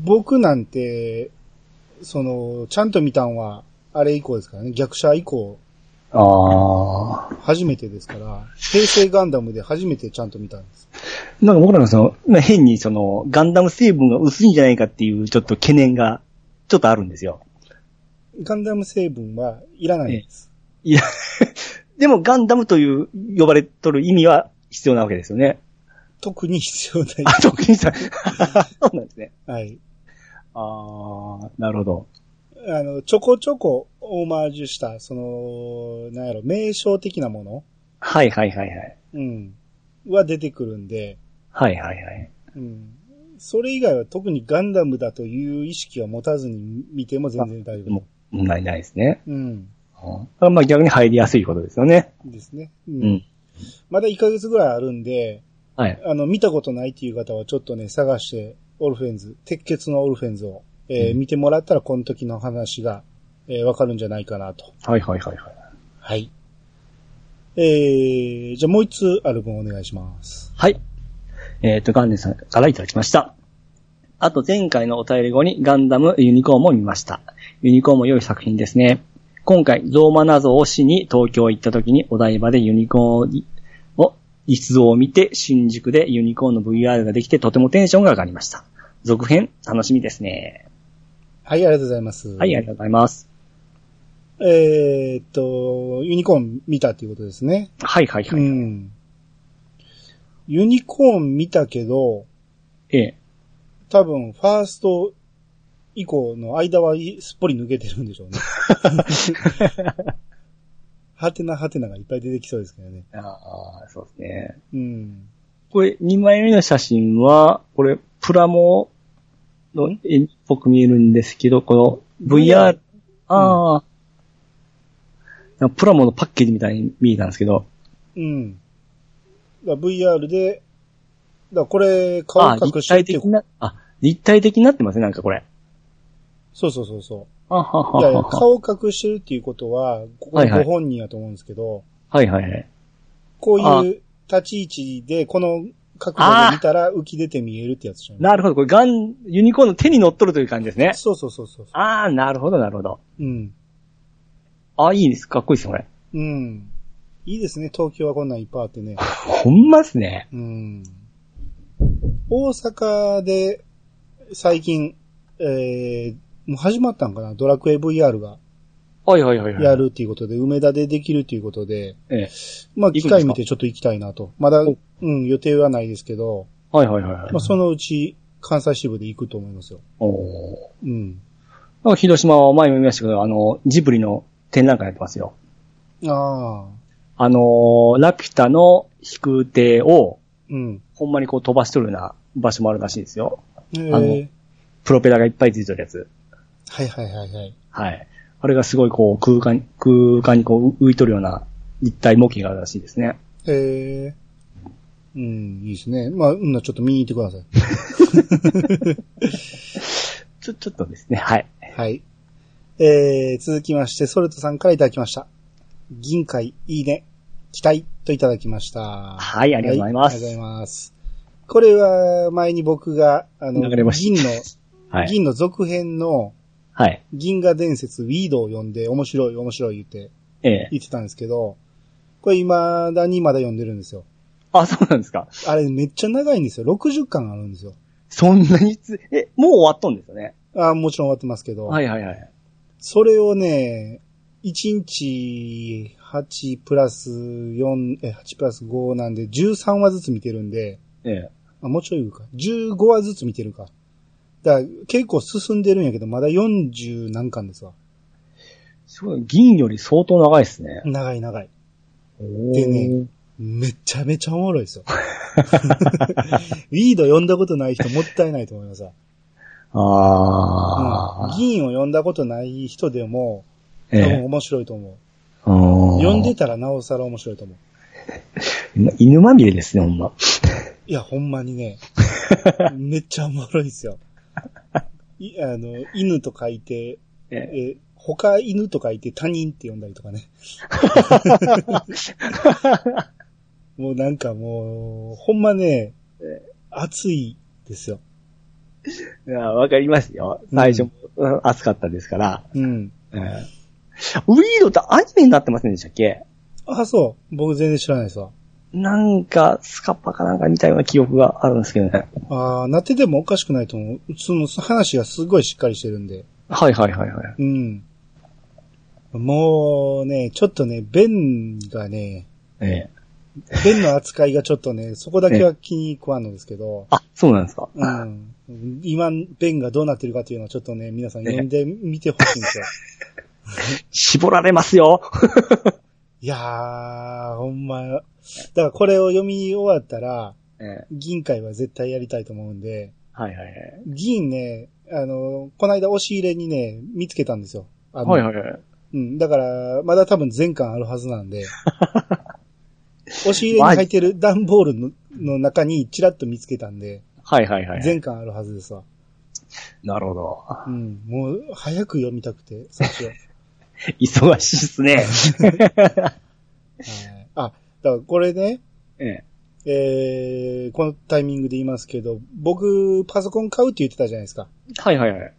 A: 僕なんて、その、ちゃんと見たんは、あれ以降ですからね。逆者以降、
B: ああ。
A: 初めてですから、平成ガンダムで初めてちゃんと見たんです。
B: なんか僕らがその、変にその、ガンダム成分が薄いんじゃないかっていうちょっと懸念が、ちょっとあるんですよ。
A: ガンダム成分はいらないです。
B: いや、でもガンダムという呼ばれとる意味は必要なわけですよね。
A: 特に必要 ない。
B: あ、徳井さん。そうなんですね。
A: はい。
B: ああ、なるほど。
A: あの、ちょこちょこオーマージュした、その、なんやろ、名称的なもの
B: はいはいはいはい。
A: うん。は出てくるんで、
B: はいはいはい。
A: うん。それ以外は特にガンダムだという意識は持たずに見ても全然大丈夫
B: も。う問題ないですね。
A: うん。
B: うん、まあ逆に入りやすいことですよね。
A: ですね。う。
B: うんん。
A: まだ1ヶ月ぐらいあるんで、
B: はい。
A: あの、見たことないっていう方はちょっとね、探して、オルフェンズ、鉄血のオルフェンズを、えー
B: うん
A: 見てもらったらこの時の話が、えーわかるんじゃないかなと。
B: はいはいはいはい。
A: はい。えー、じゃあもう一つアルバムお願いします。
B: はい。えっ、と、ガンネさんからいただきました。あと前回のお便り後にガンダムユニコーンも見ました。ユニコーンも良い作品ですね。今回、ゾーマ謎をしに東京行った時にお台場でユニコーンを実像を見て新宿でユニコーンの VR ができてとてもテンションが上がりました。続編楽しみですね。
A: はい、ありがとうございます。
B: はい、ありがとうございます。
A: えーっと、ユニコーン見たっていうことですね。
B: はいはいは
A: う
B: い。
A: ん。ユニコーン見たけど、
B: ええ。
A: 多分、ファースト以降の間はいすっぽり抜けてるんでし ょうね。はてなはてながいっぱい出てきそうですけどね。
B: ああ、そうですね。
A: うん。
B: これ、2枚目の写真は、これ、プラモの絵っぽく見えるんですけど、この、 VR、ああ、なんかプラモのパッケージみたいに見えたんですけど、
A: うん。だから VR で、だからこれ、顔
B: ああ、
A: 隠
B: 立
A: してっ
B: 体
A: ていう
B: 的な、あ、立体的になってますね、なんかこれ。
A: そうそうそうそう。
B: あははい
A: やいや、
B: はは。
A: 顔隠してるっていうことは、ここ
B: はいは
A: ご
B: い
A: 本人やと思うんですけど、
B: はいはいはい。
A: こういう立ち位置で、この角度で見たら浮き出て見えるってやつじゃない
B: なるほど、これガン、ユニコーンの手に乗っとるという感じですね。
A: そうそうそうそう。
B: ああ、なるほど、なるほど。
A: うん。
B: ああ、いいです。かっこいいですね、これ。
A: うん。いいですね、東京はこんなんいっぱいあって ね。
B: ほんまっすね。
A: うん。大阪で、最近、えー、もう始まったんかなドラクエ VR が
B: はいはいはいはい。
A: や。るっていうことで、梅田でできるっていうことで、
B: ええ。
A: まあ、
B: 行くんです
A: 機
B: か
A: 会見てちょっと行きたいなと。まだ、
B: お
A: うん、予定はないですけど、
B: はいはいはいはい。
A: まあ、そのうち関西支部で行くと思いますよ。
B: おー
A: うん。
B: なんか広島は前も見ましたけど、あの、ジブリの展覧会やってますよ。
A: ああ、
B: あのー、ラピュタの飛空艇を、
A: うん。
B: ほんまにこう飛ばしとるような場所もあるらしいですよ。
A: ええ
B: あのプロペラがいっぱいついてるやつ。
A: はいはいはいはい。
B: はい。あれがすごいこう空間、空間にこう浮いとるような立体模型があるらしいですね。
A: ええうん、いいですね。まあ、うん、ちょっと見に行ってください。
B: ちょ、ちょっとですね。はい。
A: はい。えー、続きまして、ソルトさんからいただきました。銀海、いいね、期待といただきました。
B: はいありがとうございます
A: はありがとうございます。これは、前に僕が、あの、
B: 流れまし
A: 銀の、
B: はい。
A: 銀の続編の、
B: はい。
A: 銀河伝説ウィードを読んで、面白い、面白い言って、
B: ええ。
A: 言ってたんですけど、これ未だにまだ読んでるんですよ。
B: あ、そうなんですか。
A: あれめっちゃ長いんですよ。60巻あるんですよ。
B: そんなにつ、え、もう終わっとんですよね。
A: あもちろん終わってますけど、
B: はいはいはい。
A: それをね、1日8プラス4、え、8プラス5なんで13話ずつ見てるんで、
B: ええ。
A: あ、もうちょい言うか。15話ずつ見てるか。だから結構進んでるんやけど、まだ40何巻ですわ。
B: すごい、銀より相当長いですね。
A: 長い長い。
B: で
A: ね。めちゃめちゃおもろいですよ。リード読んだことない人もったいないと思いますわ。
B: ああ。
A: 銀を読んだことない人でも、
B: え
A: 多分
B: え。
A: 面白いと思う。
B: 読
A: 読んでたらなおさら面白いと思う。
B: 犬まみれですね、ほんま。
A: いや、ほんまに ね、めっちゃおもろいですよ。いあの、犬と書いて、
B: ええ。
A: え、他犬と書いて他人って呼んだりとかね。もうなんかもう、ほんまね、熱いですよ。
B: いやわかりますよ。最初もうん暑かったですから。
A: うん。
B: ええウィードってアニメになってませんでしたっけ
A: あ、そう。僕全然知らないですわ。
B: なんか、スカパかなんか見たような記憶があるんですけどね。
A: ああ、なっててもおかしくないと思う。その話がすごいしっかりしてるんで。
B: はいはいはいはい。
A: うん。もうね、ちょっとね、弁がね、
B: ええ。
A: 弁の扱いがちょっと ね、そこだけは気に食わんのですけど、
B: あ、そうなんですか。
A: うん。今、弁がどうなってるかっていうのはちょっとね、皆さん
B: ええ
A: 読んでみてほしいんですよ。
B: 絞られますよ。
A: いやー、ほんま。だからこれを読み終わったら、
B: ええ。
A: 銀会は絶対やりたいと思うんで、
B: はいはいはい。
A: 銀ね、あの、こないだ押し入れにね、見つけたんですよ。あの
B: はいはいはい。
A: うん。だから、まだ多分全巻あるはず なんで。押し入れに入ってる段ボールのの中にチラッと見つけたんで、
B: はいはいはいはい。
A: 全巻あるはずですわ。
B: なるほど。
A: うん。もう、早く読みたくて、最 初。はい。
B: 忙しいっすね。
A: あ、だからこれね、
B: ええ。
A: えー、このタイミングで言いますけど、僕、パソコン買うって言ってたじゃないですか。
B: はいはいはい。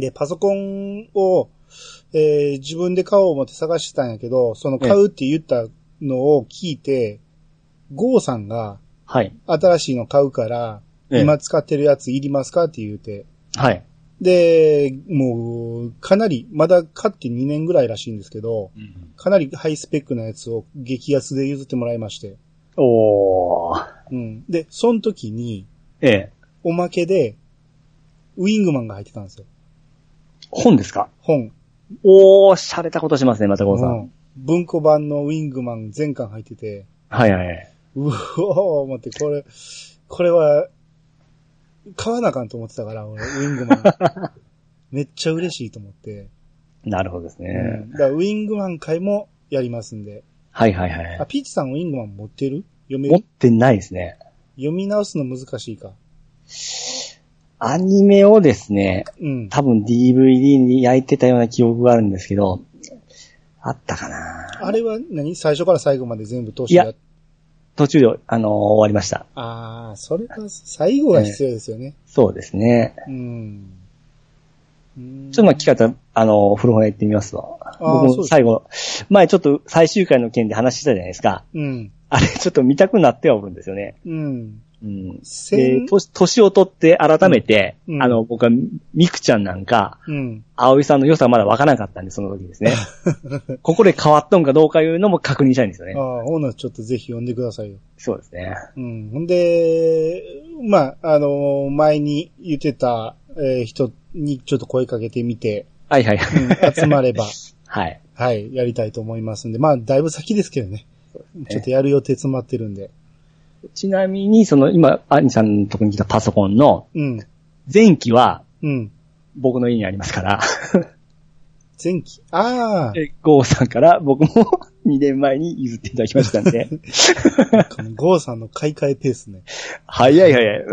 A: で、パソコンを、えー自分で買おう思って探してたんやけど、その買うって言ったのを聞いて、ゴーさんが、
B: はい。
A: 新しいの買うから、
B: ええ
A: 今使ってるやついりますかって言うて。
B: はい。
A: で、もう、かなり、まだ買って2年ぐらいらしいんですけど、かなりハイスペックなやつを激安で譲ってもらいまして。
B: おー。
A: うん。で、その時に、
B: ええ。
A: おまけで、ウィングマンが入ってたんですよ。
B: 本ですか
A: 本。
B: おー、洒落たことしますね、またこうさ。
A: うんん文庫版のウィングマン全巻入ってて、
B: はいはいはい。
A: うおー、思って、これ、 これは、買わなあかんと思ってたから、俺、ウィングマン。めっちゃ嬉しいと思って。
B: なるほどですね。
A: うんだからウィングマン会もやりますんで。
B: はいはいはい
A: あ、。ピーチさんウィングマン持ってる読め
B: 持っ
A: る
B: てないですね。
A: 読み直すの難しいか。
B: アニメをですね、
A: うん。
B: 多分 DVD に焼いてたような記憶があるんですけど、あったかな
A: あれは何最初から最後まで全部通して
B: いや
A: やっ
B: 途中で、あのー終わりました。
A: ああ、それが、最後が必要ですよね。
B: そうですね。
A: うん。うん
B: ちょっとまあ、聞かれたら、あのー古本屋行ってみますわ。
A: あー
B: 僕
A: そう
B: も
A: です
B: 最後、前ちょっと最終回の件で話してたじゃないですか。
A: うん。
B: あれ、ちょっと見たくなってはおるんですよね。
A: うん。
B: うん。
A: せ
B: で
A: ん、
B: 年年を取って改めて、
A: うんうん
B: あの、僕はミクちゃんなんか、
A: うん。
B: 葵さんの良さまだわからなかったんで、その時で すね。ここで変わっとんかどうかいうのも確認したいんですよね
A: あ。あ、ほな、ちょっとぜひ読んでくださいよ。
B: そうですね。
A: うん。ほんで、まあ、あの前に言ってた、えー人にちょっと声かけてみて、
B: はいはい。
A: う ん、集まれば、
B: はい。
A: はい、やりたいと思いますんで、まあ、だいぶ先ですけどね。ちょっとやる予定詰まってるんで。
B: ちなみに、その今、兄さんのとこに来たパソコンの
A: うん。
B: 前期は
A: うん。
B: 僕の家にありますから、
A: 前期。あ
B: えゴーさんから僕も 2年前に譲っていただきました んで、
A: あ、このゴーさんの買い替えペースね。
B: 早い早い。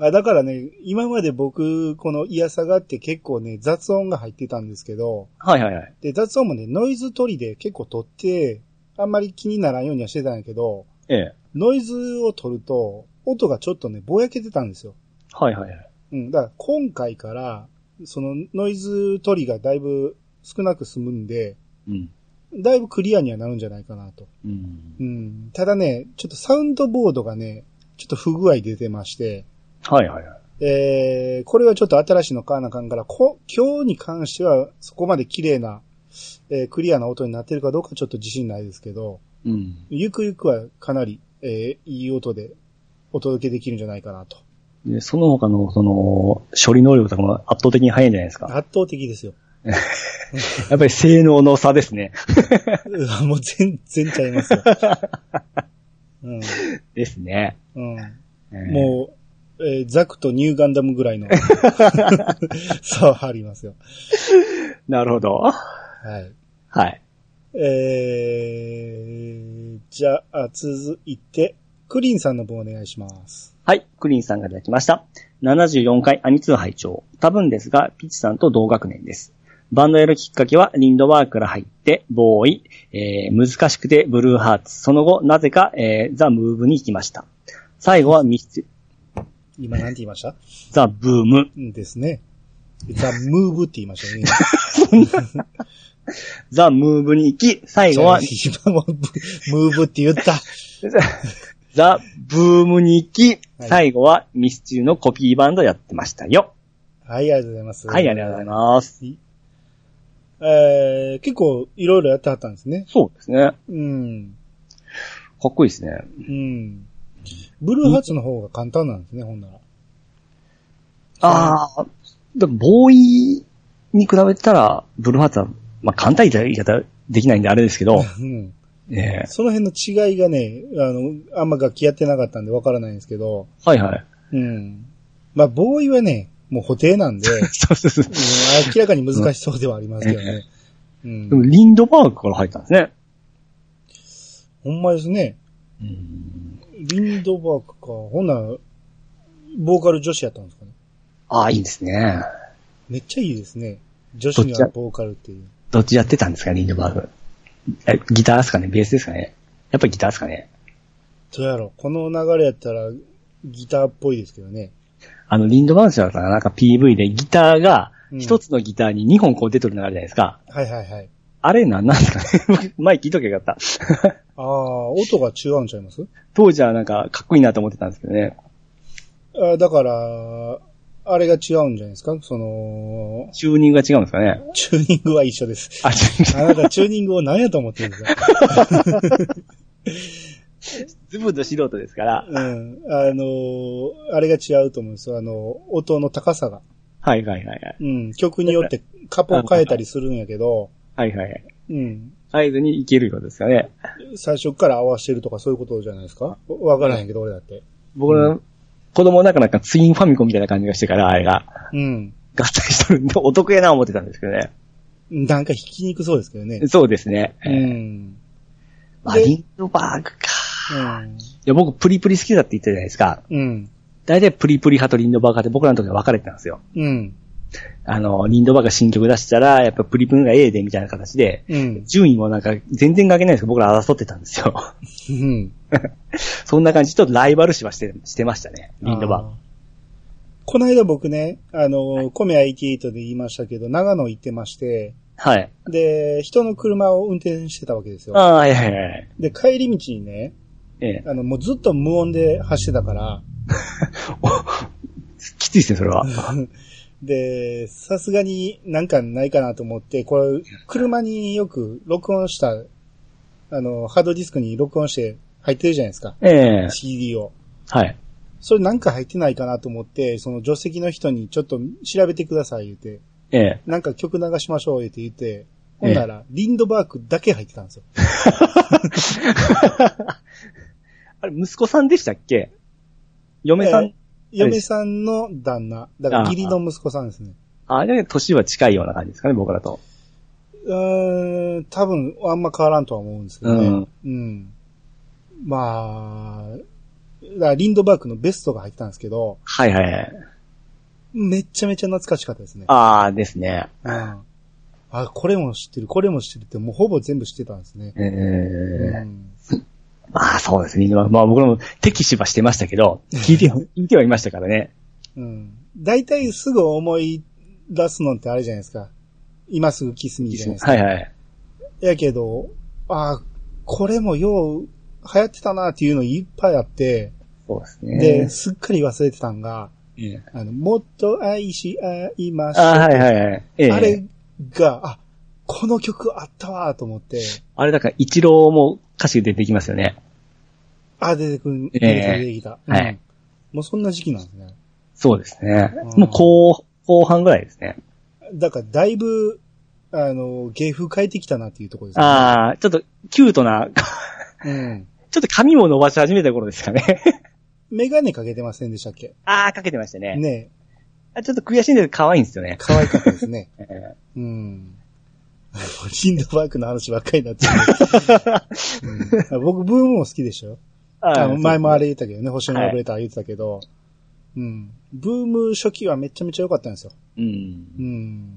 A: あだからね、今まで僕、このイヤサガって結構ね、雑音が入ってたんですけど、
B: はいはいはい。
A: で、雑音もね、ノイズ取りで結構取って、あんまり気にならんようにはしてたんやけど、
B: ええ。
A: ノイズを取ると、音がちょっとね、ぼやけてたんですよ。
B: はいはいはい。
A: うん、だから今回から、そのノイズ取りがだいぶ少なく済むんで、
B: うん。
A: だいぶクリアにはなるんじゃないかなと。
B: うん
A: う。ん。ただね、ちょっとサウンドボードがね、ちょっと不具合出てまして、
B: はいはいはい。
A: えー、これはちょっと新しいの買わなあかんから、こ今日に関してはそこまで綺麗な、えークリアな音になってるかどうかちょっと自信ないですけど、
B: うん。
A: ゆくゆくはかなり、えーいい音でお届けできるんじゃないかなと。
B: で、その他の、その、処理能力とかも圧倒的に早いんじゃないですか。
A: 圧倒的ですよ。
B: やっぱり性能の差ですね。
A: うわもう全然ちゃいますよ。うん
B: ですね。
A: う
B: え
A: ん、
B: え
A: もう、えーザクとニューガンダムぐらいの差はありますよ。
B: なるほど。
A: はい。
B: はい。
A: えー、じゃあ、続いて、クリンさんの分お願いします。
B: はい、クリーンさんがいただきました。74回アニツー拝聴多分ですが、ピッチさんと同学年です。バンドやるきっかけは、リンドワークから入って、ボーイ、えー、難しくて、ブルーハーツ。その後、なぜか、えー、ザ・ムーブに行きました。最後はミス、
A: 今なんて言いました
B: ザ・ブーム、
A: うんですね。ザ・ムーブって言いましたね。
B: ザ・ムーブに行き、最後は、
A: 今もブムーブって言った。
B: ザ・ブームに行き、
A: はい
B: 最後はミスチルのコピーバンドやってましたよ。
A: はい、ありがとうございます。
B: はい、ありがとうございます。
A: す。えー、結構いろいろやってはったんですね。
B: そうですね。か
A: うん。
B: っこいいですね。
A: うん。ブルーハーツの方が簡単なんですね、ほんなら。
B: ああ、だからボーイに比べたら、ブルーハーツは、まあ、簡単に言い方できないんであれですけど、
A: うん。
B: ええ
A: その辺の違いがね、あの、あんま楽器やってなかったんでわからないんですけど、
B: はいはい。
A: うん。まあ、ボーイはね、もう固定なん で、うん
B: そうそうそう。
A: 明らかに難しそうではありますけどね。うん
B: で。も、リンドバーグから入ったんですね。
A: ほんまですね。リンドバーグか。ほんなら、ボーカル女子やったんですかね。
B: ああ、いいですね。
A: めっちゃいいですね。女子にはボーカルっていう。
B: どっちやってたんですか、リンドバーグ。え、ギターですかねベースですかねやっぱりギターですかね
A: どうやろうこの流れやったら、ギターっぽいですけどね。
B: あの、リンドバーグさんからなんか PV でギターが
A: う、ん
B: 一つのギターに2本こう出てるのがあるじゃないですか。
A: はいはいはい。
B: あれなんなんですかね 前聞いとけばよかった。
A: ああ、音が違うんちゃいます
B: 当時はなんかかっこいいなと思ってたんですけどね。
A: あだから、あれが違うんじゃないですかその、
B: チューニングが違うんですかね
A: チューニングは一緒です。
B: あ、 チューニング
A: あなたチューニングを何やと思ってるんですか
B: ズブの素人ですから。
A: うん。あのーあれが違うと思うんですよ。あの音の高さが。
B: はいはいはいはい。
A: うん。曲によってカポを変えたりするんやけど、
B: はいはいはい。
A: うん。
B: 合図に行けるようですかね。
A: 最初から合わせてるとかそういうことじゃないですかわわからへんやけど、俺だって。
B: 僕の子供の中なんかツインファミコンみたいな感じがしてから、あれが。
A: うん。
B: 合体しとるんで、お得やな思ってたんですけどね。
A: なんか引きにくそうですけどね。
B: そうですね。
A: う
B: えー
A: ん。
B: まあ、リンドバーグか。
A: うん。
B: いや、僕、プリプリ好きだって言ったじゃないですか。
A: うん。大
B: 大体、プリプリ派とリンドバーグ派って僕らの時は分かれてたんですよ。
A: うん。
B: あの、リンドバーグが新曲出したら、やっぱプリプリが A でみたいな形で、
A: うん。
B: 順位もなんか全然関係ないんですけど、僕ら争ってたんですよ。
A: う ん。
B: そんな感じ、ちょっとライバル視はして、してましたね。リンドバーグ
A: あー。この間僕ね、あの、コメ IT8 で言いましたけど、長野行ってまして、
B: はい。
A: で、人の車を運転してたわけです
B: あ
A: よ。
B: あ、はいはいはい。
A: で、帰り道にね、
B: ええ。
A: あの、もうずっと無音で走ってたから、
B: おきついですね、それは。
A: で、さすがになんかないかなと思って、これ、車によく録音した、あの、ハードディスクに録音して入ってるじゃないですか。
B: ええ。
A: CD を。
B: はい。
A: それなんか入ってないかなと思って、その助手席の人にちょっと調べてください言うて、
B: ええ。
A: なんか曲流しましょう言うて言って、ほんなら、リンドバークだけ入ってたんですよ。
B: あれ、息子さんでしたっけ嫁さん、
A: え嫁さんの旦那。だから義理の息子さんですね。
B: あれ、年は近いような感じですかね、僕らと。
A: うーん、多分あんま変わらんとは思うんですけどね。
B: うん
A: うん。まあ、だからリンドバークのベストが入ってたんですけど、
B: はいはいはい。
A: めっちゃめちゃ懐かしかったですね。
B: ああ、ですね。
A: うん、あ、これも知ってる、これも知ってるって、もうほぼ全部知ってたんですね。
B: ええ
A: うん、
B: まあそうですね。まあまあ僕らも敵視はしてましたけど、聞いては、聞いてはいましたからね。
A: うん。大体すぐ思い出すのってあれじゃないですか。今すぐキスミーじゃないですか。
B: はいはい。
A: やけど、あ、これもよう流行ってたなっていうのいっぱいあって、
B: そうですね。
A: で、すっかり忘れてたんが、
B: ええ
A: あの、もっと愛し合いましょう。
B: ああ、はいはいはい。ええ
A: あれが、あ、この曲あったわと思って、
B: あれだから、一郎も歌詞出てきますよね。
A: あ、出てくる、出
B: え
A: てきた、出てきた。うん
B: はい
A: もうそんな時期なんですね。
B: そうですね
A: うん。
B: もう後、後半ぐらいですね。
A: だから、だいぶ、あの、芸風変えてきたなっていうところですね。
B: ああ、ちょっとキュートな、
A: うん。
B: ちょっと髪も伸ばし始めた頃です かね。
A: メガネかけてませんでしたっけ
B: ああ、かけてましたね。
A: ね
B: あちょっと悔しいんだけど可愛いんですよ
A: え
B: ね。
A: 可愛かったですね。
B: ええ
A: うん。シンドバークの話ばっかりになっちゃう、 うん僕、ブームも好きでしょあの前もあれ言ったけどね、星のラブレター言ってたけど、うん。ブーム初期はめちゃめちゃ良かったんですよ。
B: うん
A: う。ん。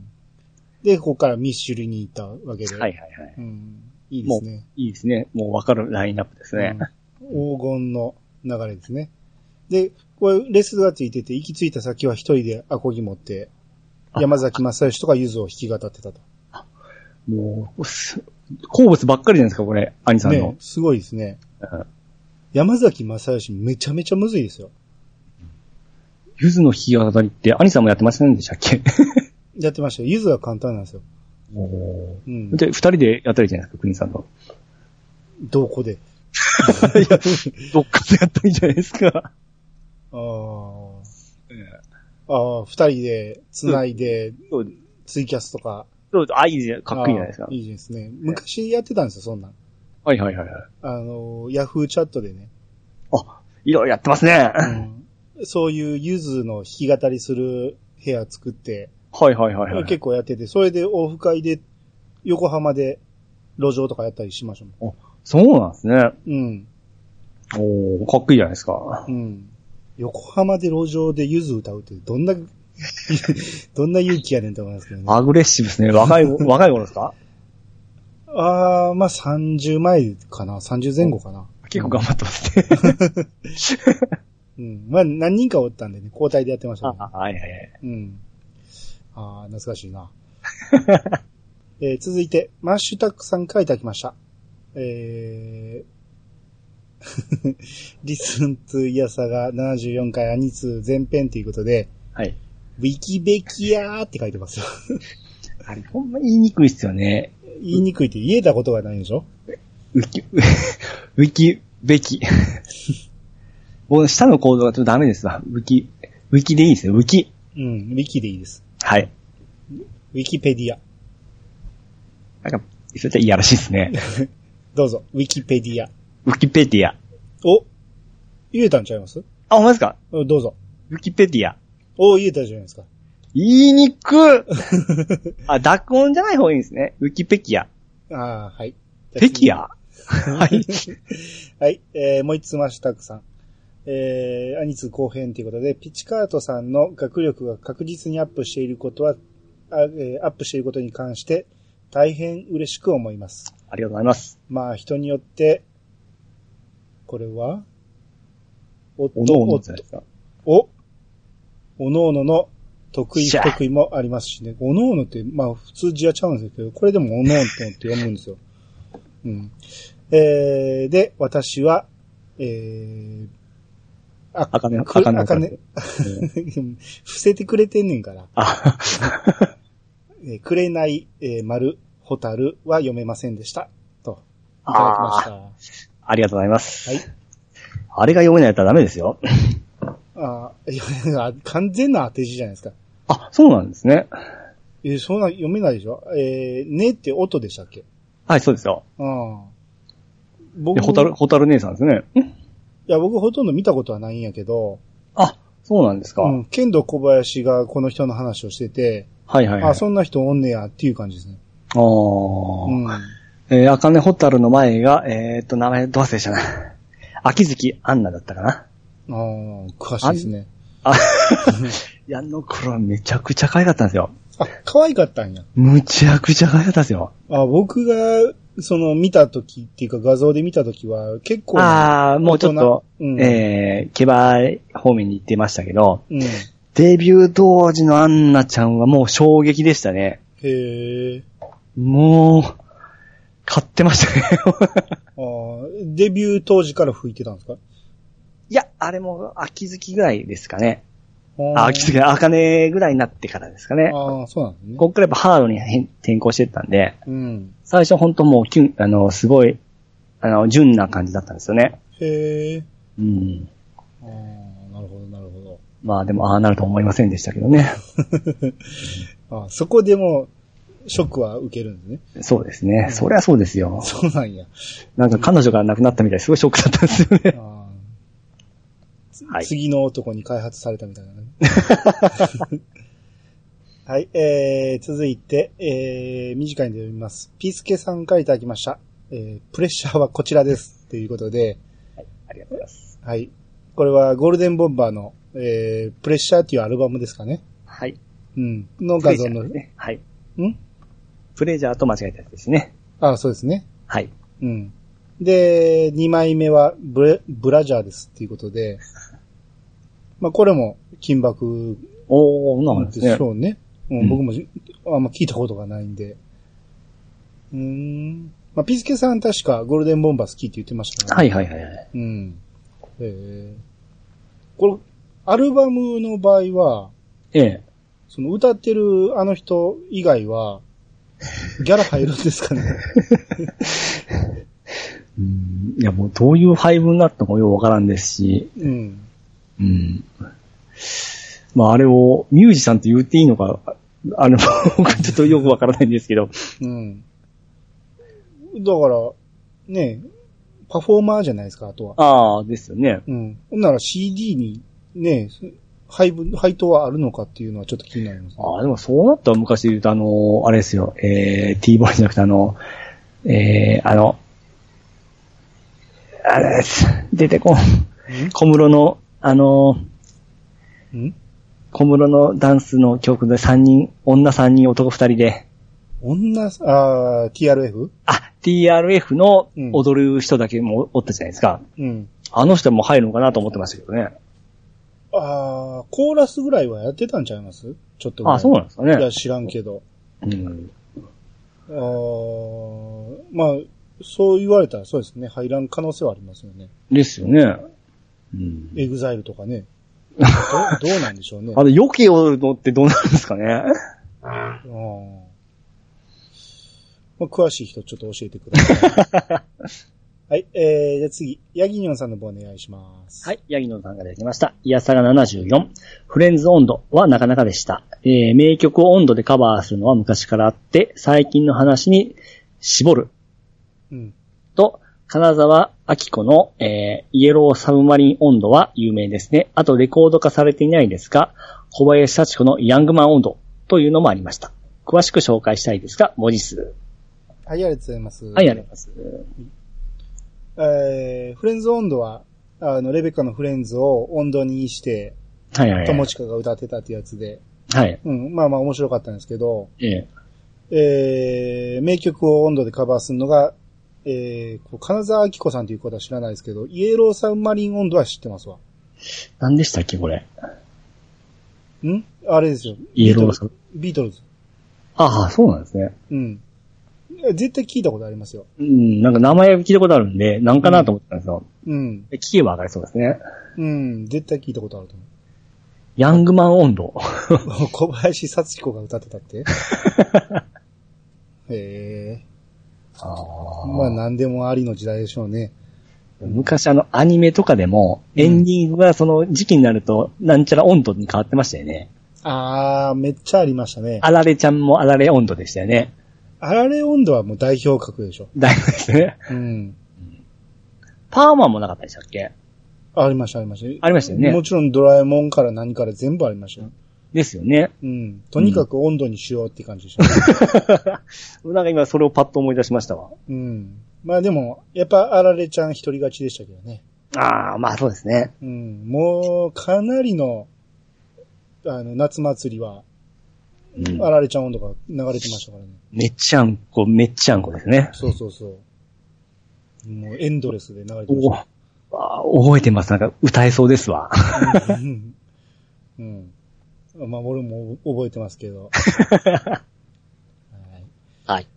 A: で、ここからミッシュルに行ったわけで。
B: はいはいはい。
A: うん。いいですね。
B: いいですね。もうわかるラインナップですね。
A: うん黄金の流れですね。で、これ、レスがついてて、行き着いた先は一人でアコギ持って、山崎正義とかゆずを弾き語ってたと。
B: もう、す好物ばっかりじゃないですか、これ、兄さんの
A: ね。、すごいですね。
B: うん
A: 山崎正義めちゃめちゃむずいですよ。
B: ゆずの弾き語りって、兄さんもやってませんでしたっけ
A: やってましたよ。ゆずは簡単なんですよ。
B: お
A: うん。
B: で、二人でやったりじゃないですか、国さんと。
A: どこで。
B: どっかでやったりじゃないですか。
A: ああ。ああ、二人で、繋いで、
B: そうです
A: ツイキャスとか。
B: そうですあ、いいですね。かっこいいじゃないです
A: あ
B: か
A: あ。いいですね。昔やってたんですよ、そんなん。
B: はいはいはいはい。
A: あの、ヤフーチャットでね。
B: あ、いろいろやってますね。は
A: そういうユズの弾き語りする部屋作って、
B: いはいはいはい。
A: 結構やってて、それでオフ会で、横浜で路上とかやったりしましょ
B: そうなんですね。
A: う。うん。
B: おーかっこいいじゃないですか
A: う。ん。横浜で路上でユズ歌うって、どんな、 どんな勇気やねんと思いますけどね。
B: アグレッシブですね。若い、若い頃ですか
A: ああ、まあ30前かな、30前後かな。
B: 結構頑張ってますね。
A: うん。まあ何人かおったんでね、交代でやってましたけど、
B: あはいはいはい。
A: うん。ああ、懐かしいな。えー続いて、マッシュタックさんからいただきました。えー、 リスンツイヤサが74回アニツ前編ということで、
B: はい。
A: ウィキベキアーって書いてますよ。
B: あれ、ほんま言いにくいっすよね。
A: 言いにくいって言えたことがないでしょ
B: ウィ キ、ウィキ、べき。 もう下の構造がちょっとダメですわ。ウィキ、ウィキでいいですね。ウィキ。
A: うん、ウィキでいいです。
B: はい。
A: ウィキペディア。
B: なんか、それじゃいやらしいですね。
A: どうぞ、ウィキペディア。
B: ウィキペディア。
A: お言えたんちゃいます
B: あ、ほんまですか
A: どうぞ。
B: ウィキペディア。
A: お言えたじゃないですか。
B: 言いにくあ、濁音じゃない方がいいんですね。ウィキペキア。
A: ああ、はい。
B: ペキアはい。
A: はい。えー、もう一つマシュタクさん。えー、アニツ後編ということで、ピチカートさんの学力が確実にアップしていることは、あえーアップしていることに関して、大変嬉しく思います。
B: ありがとうございます。
A: まあ、人によって、これはおっと
B: おのおの
A: おっ
B: じゃないですか。
A: お、おのおのの得意
B: し
A: 不
B: ゃあ
A: 得意もありますしね。おのおのって、まあ普通字はちゃうんですけど、これでもおのおのって読むんですよ。うん。えー、で、私は、えー、あ
B: あかね、あ
A: く
B: かね。
A: あかね。
B: うん。
A: 伏せてくれてんねんから。
B: あ、
A: えー、くれない、えー、丸、ホタルは読めませんでした。と、いただきまし
B: あー
A: た。
B: ありがとうございます。
A: はい。
B: あれが読めないやったらダメですよ。
A: あーいや、完全な当て字じゃないですか。
B: あ、そうなんですね。
A: えーそんな読めないでしょえー、ねって音でしたっけ
B: はい、そうですよ。
A: うん。
B: で、
A: 僕、
B: ホタル、ホタル姉さんですね。ん
A: いや、僕ほとんど見たことはないんやけど、
B: あ、そうなんですか。
A: うん、剣道小林がこの人の話をしてて、
B: はいはいはい。
A: あ、そんな人おんねやっていう感じですね。
B: あ
A: う
B: ー
A: ん。
B: えー、あかねほたるの前が、えーっと、名前、どう忘れしたな。 秋月アンナだったかな。
A: ああ、詳しいですね。
B: あ、 いや、あの頃めちゃくちゃ可愛かったんですよ。
A: あ、可愛かったんや。
B: むちゃくちゃ可愛かったんですよ。
A: あ、僕が、その、見たときっていうか画像で見たときは、結構、
B: ああ、もうちょっと、
A: 大人うん
B: えー、ケバ方面に行ってましたけど、
A: うん。へ
B: デビュー当時のアンナちゃんはもう衝撃でしたね。
A: え。
B: もう、買ってましたね。
A: あーデビュー当時から吹いてたんですか
B: いや、あれも秋月ぐらいですかね。
A: あ
B: あ、秋月、あかねぐらいになってからですかね。
A: ああ、そうなんですね。
B: こっからやっぱハードに変転校してったんで、
A: うん。
B: 最初本当もうキュン、あの、すごい、あの、純な感じだったんですよね。
A: へえ。
B: うん。
A: ああ、なるほど、なるほど。
B: まあでも、ああなると思いませんでしたけどね。
A: あそこでも、ショックは受けるんです ね。
B: そうですね。そりゃそうですよ。
A: そうなんや。
B: なんか彼女が亡くなったみたいですごいショックだったんですよね。
A: あー
B: はい。
A: 次の男に開発されたみたいな ね。はい、えー、続いて、えー、短いんで読みます。ピースケさんからいただきました。えー、プレッシャーはこちらです。ということで、
B: ありがとうございます。
A: はい。これはゴールデンボンバーの、えー、プレッシャーっていうアルバムですかね。
B: はい。
A: うん。の画像の
B: プレジャーです。ね。はい。
A: ん
B: プレジャーと間違えたやつですね。
A: あ、そうですね。
B: はい。
A: うん。で、2枚目はブレブラジャーですっていうこと で、まあこれも金箔
B: おー、なんです
A: で
B: ね
A: し。ょうね。う
B: うん
A: ん、僕もあんま聞いたことがないんで。うーん。まあピスケさん確かゴールデンボンバー好きって言ってましたから、
B: はいはいはいはい。
A: うん。えー、これ、アルバムの場合は、
B: ええ。
A: その歌ってるあの人以外は、ギャラ入るんです かね
B: うんいや、もうどういう配分だったかもようわからんですし、
A: うん。
B: うん。まあ、あれをミュージシャンと言っていいのか、あの、 僕ちょっとよくわからないんですけど、
A: うん。だから、ねパフォーマーじゃないですか、あとは。
B: ああ、ですよね。
A: うん。ほんなら CD に、ね配分、配当はあるのかっていうのはちょっと気になります、ね。
B: ああ、でもそうなったら昔で言うと、あの、あれですよ、えー、T ボーイじゃなくて、あの、えー、あの、あれです。出てこん。小室の、あの、
A: んん
B: 小室のダンスの曲で3人、女3人、男2人で、
A: 女、あー TRF?
B: あ、TRF の
A: うん
B: 踊る人だけもおったじゃないですか。
A: うん。
B: あの人も入るのかなと思ってましたけどね。
A: あーコーラスぐらいはやってたんちゃいますちょっとぐらい。
B: あ、そうなんですか
A: いや、
B: ね。
A: 知らんけど。
B: うん。
A: あーまあ、そう言われたらそうですね。入らん可能性はありますよね。
B: ですよね。うん。
A: エグザイルとかね。どどうなんでしょうね。
B: あの、余計踊るのってどうなんですかね。
A: うんまあ、詳しい人ちょっと教えてくださ い。はい、えー、じゃあ次、ヤギニョンさんの方お願いします。
B: はい、ヤギのさんがいただきました。イヤサガ74、フレンズ温度はなかなかでした。えー、名曲を温度でカバーするのは昔からあって、最近の話に絞る
A: うん。
B: と、金沢明子の、えーイエローサブマリン温度は有名ですね。あとレコード化されていないですが、小林幸子のヤングマン温度というのもありました。詳しく紹介したいですが、文字数。
A: はい、ありがとうございます。
B: はい、あります。
A: えー、フレンズ温度は、あの、レベッカのフレンズを温度にして、
B: はい、はい。
A: 友近が歌ってたってやつで、
B: はい。
A: うん、まあまあ面白かったんですけど、
B: ええ。
A: えー、名曲を温度でカバーするのが、えー、こう金沢明子さんということは知らないですけど、イエローサウマリン温度は知ってますわ。
B: 何でしたっけ、これ。
A: んあれですよ。
B: イエローサウ
A: ビートルズ。
B: ああ、そうなんですね。
A: ビートルズ。うん。絶対聞いたことありますよ。
B: うん、なんか名前聞いたことあるんで、なんかなと思ってたんですよ。
A: うん。
B: で聞けばわかりそうですね。
A: うん。絶対聞いたことあると思う。
B: ヤングマン温度。
A: 小林幸子が歌ってたって へえ。
B: あ
A: まあ何でもありの時代でしょうね。
B: 昔あのアニメとかでも、
A: うん
B: エンディングがその時期になると、なんちゃら温度に変わってましたよね。
A: あー、めっちゃありましたね。
B: あられちゃんもあられ温度でしたよね。
A: あられ温度はもう代表格でしょ。
B: だいぶですね。
A: うん。
B: パーマンもなかったでしたっけ
A: ありました、ありました。
B: ありましたよね
A: もちろんドラえもんから何から全部ありましたよ。
B: ですよ ね。
A: うん。とにかく温度にしようって感じでした、ね。
B: なんか今それをパッと思い出しましたわ。
A: うん。まあでも、やっぱあられちゃん一人勝ちでしたけどね。
B: ああ、まあそうですね。
A: うん。もう、かなりの、あの、夏祭りは、
B: うん
A: あられちゃん温度が流れてましたからね。
B: めっちゃんこ、めっちゃんこですね。
A: そうそうそう。もうエンドレスで流れて
B: お
A: まし
B: あー覚えてます。なんか歌えそうですわ。
A: た。うん。うんまあ俺も覚えてますけど。はい
B: はい。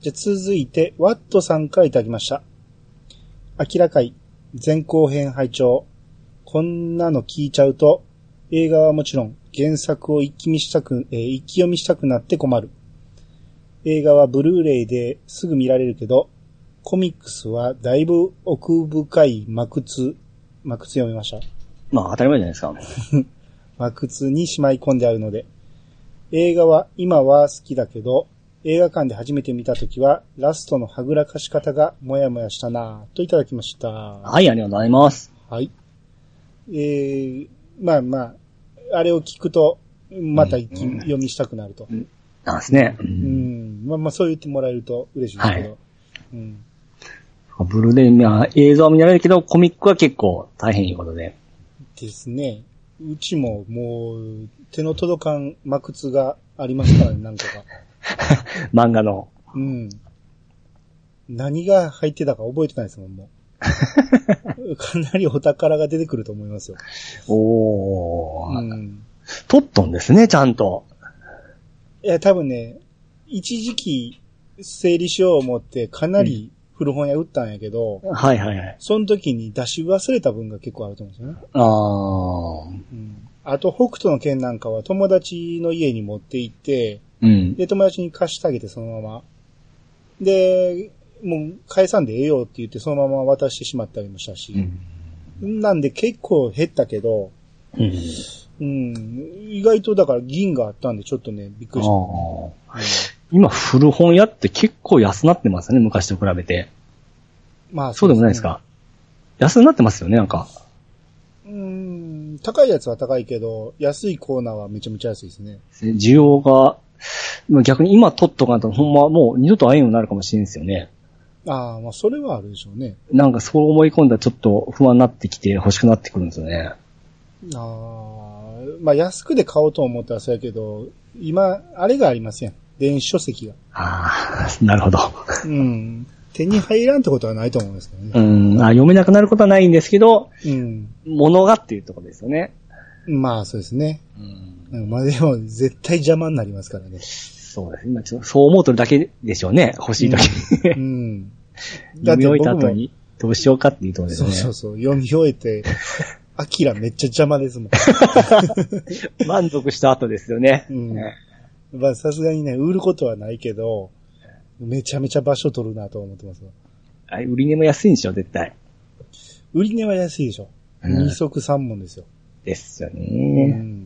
A: じゃあ続いて、ワットさんからいただきました。明らかい、前後編拝聴こんなの聞いちゃうと、映画はもちろん原作を一気見したく、えー一気読みしたくなって困る。映画はブルーレイですぐ見られるけど、コミックスはだいぶ奥深い幕靴、幕靴読みました
B: まあ当たり前じゃないですか。
A: 幕靴にしまい込んであるので、映画は今は好きだけど、映画館で初めて見たときは、ラストのはぐらかし方がもやもやしたなぁといただきました。は
B: はい、ありがとうございます。
A: い。えー、まあまあ、あれを聞くと、また一気に読みしたくなると。
B: なんですね。う
A: うんん。まあまあ、そう言ってもらえると嬉しいですけど。
B: は
A: うん。
B: ブルーレイ、まあ映像は見られるけど、コミックは結構大変いうことで。
A: ですね。うちももう、手の届かん幕靴がありますからね、なんとか。
B: 漫画の。
A: うん。何が入ってたか覚えてないですもん、もう。かなりお宝が出てくると思いますよ。
B: おー。
A: うん。
B: 撮っとんですね、ちゃんと。
A: いや、多分ね、一時期整理しよう思ってかなり古本屋売ったんやけど、
B: はいはいはい。
A: その時に出し忘れた分が結構あると思うんですよね。
B: あー。
A: うん。あと、北斗の剣なんかは友達の家に持って行って、
B: うん。
A: で、友達に貸してあげて、そのまま。で、もう返さんでええよって言って、そのまま渡してしまったりもしたし。
B: うん。
A: なんで結構減ったけど、
B: うん。
A: うん、意外とだから銀があったんでちょっとね、びっくりし
B: あー
A: た。うん
B: 今、古本屋って結構安なってますね、昔と比べて。
A: まあ
B: そうでもないですか安なってますよね、なんか。
A: すねうん、高いやつは高いけど、安いコーナーはめちゃめちゃ安いですね。
B: 需要が、まあ逆に今取っとかんと、ほんまもう二度と会えんようになるかもしれんすよね。
A: ああ、まあそれはあるでしょうね。
B: なんかそう思い込んだらちょっと不安になってきて欲しくなってくるんですよね。
A: ああ、まあ安くで買おうと思ったらそうやけど、今、あれがありません。電子書籍が。
B: ああ、 なるほど。
A: うん。手に入らんってことはないと思うんですけど
B: う
A: ね。
B: ん、あ読めなくなることはないんですけど、
A: うん。
B: 物がっていうところですよね。
A: まあそうですね。
B: うん、
A: うんまあでも、絶対邪魔になりますからね。
B: そうです。今ちょっとそう思うとるだけでしょうね。欲しいとき。
A: うん。
B: 読み終えた後にどうしようかっていうところです
A: そう
B: ね。
A: そうそう、読み終え て、アキラめっちゃ邪魔ですもん。
B: 満足した後ですよね。
A: うんまあさすがにね、売ることはないけど、めちゃめちゃ場所取るなと思ってますわ。
B: あれ売り値も安いんでしょ、絶対。
A: 売り値は安いでしょ。
B: うん
A: 二足三本ですよ。
B: ですよ
A: う
B: ね。
A: ん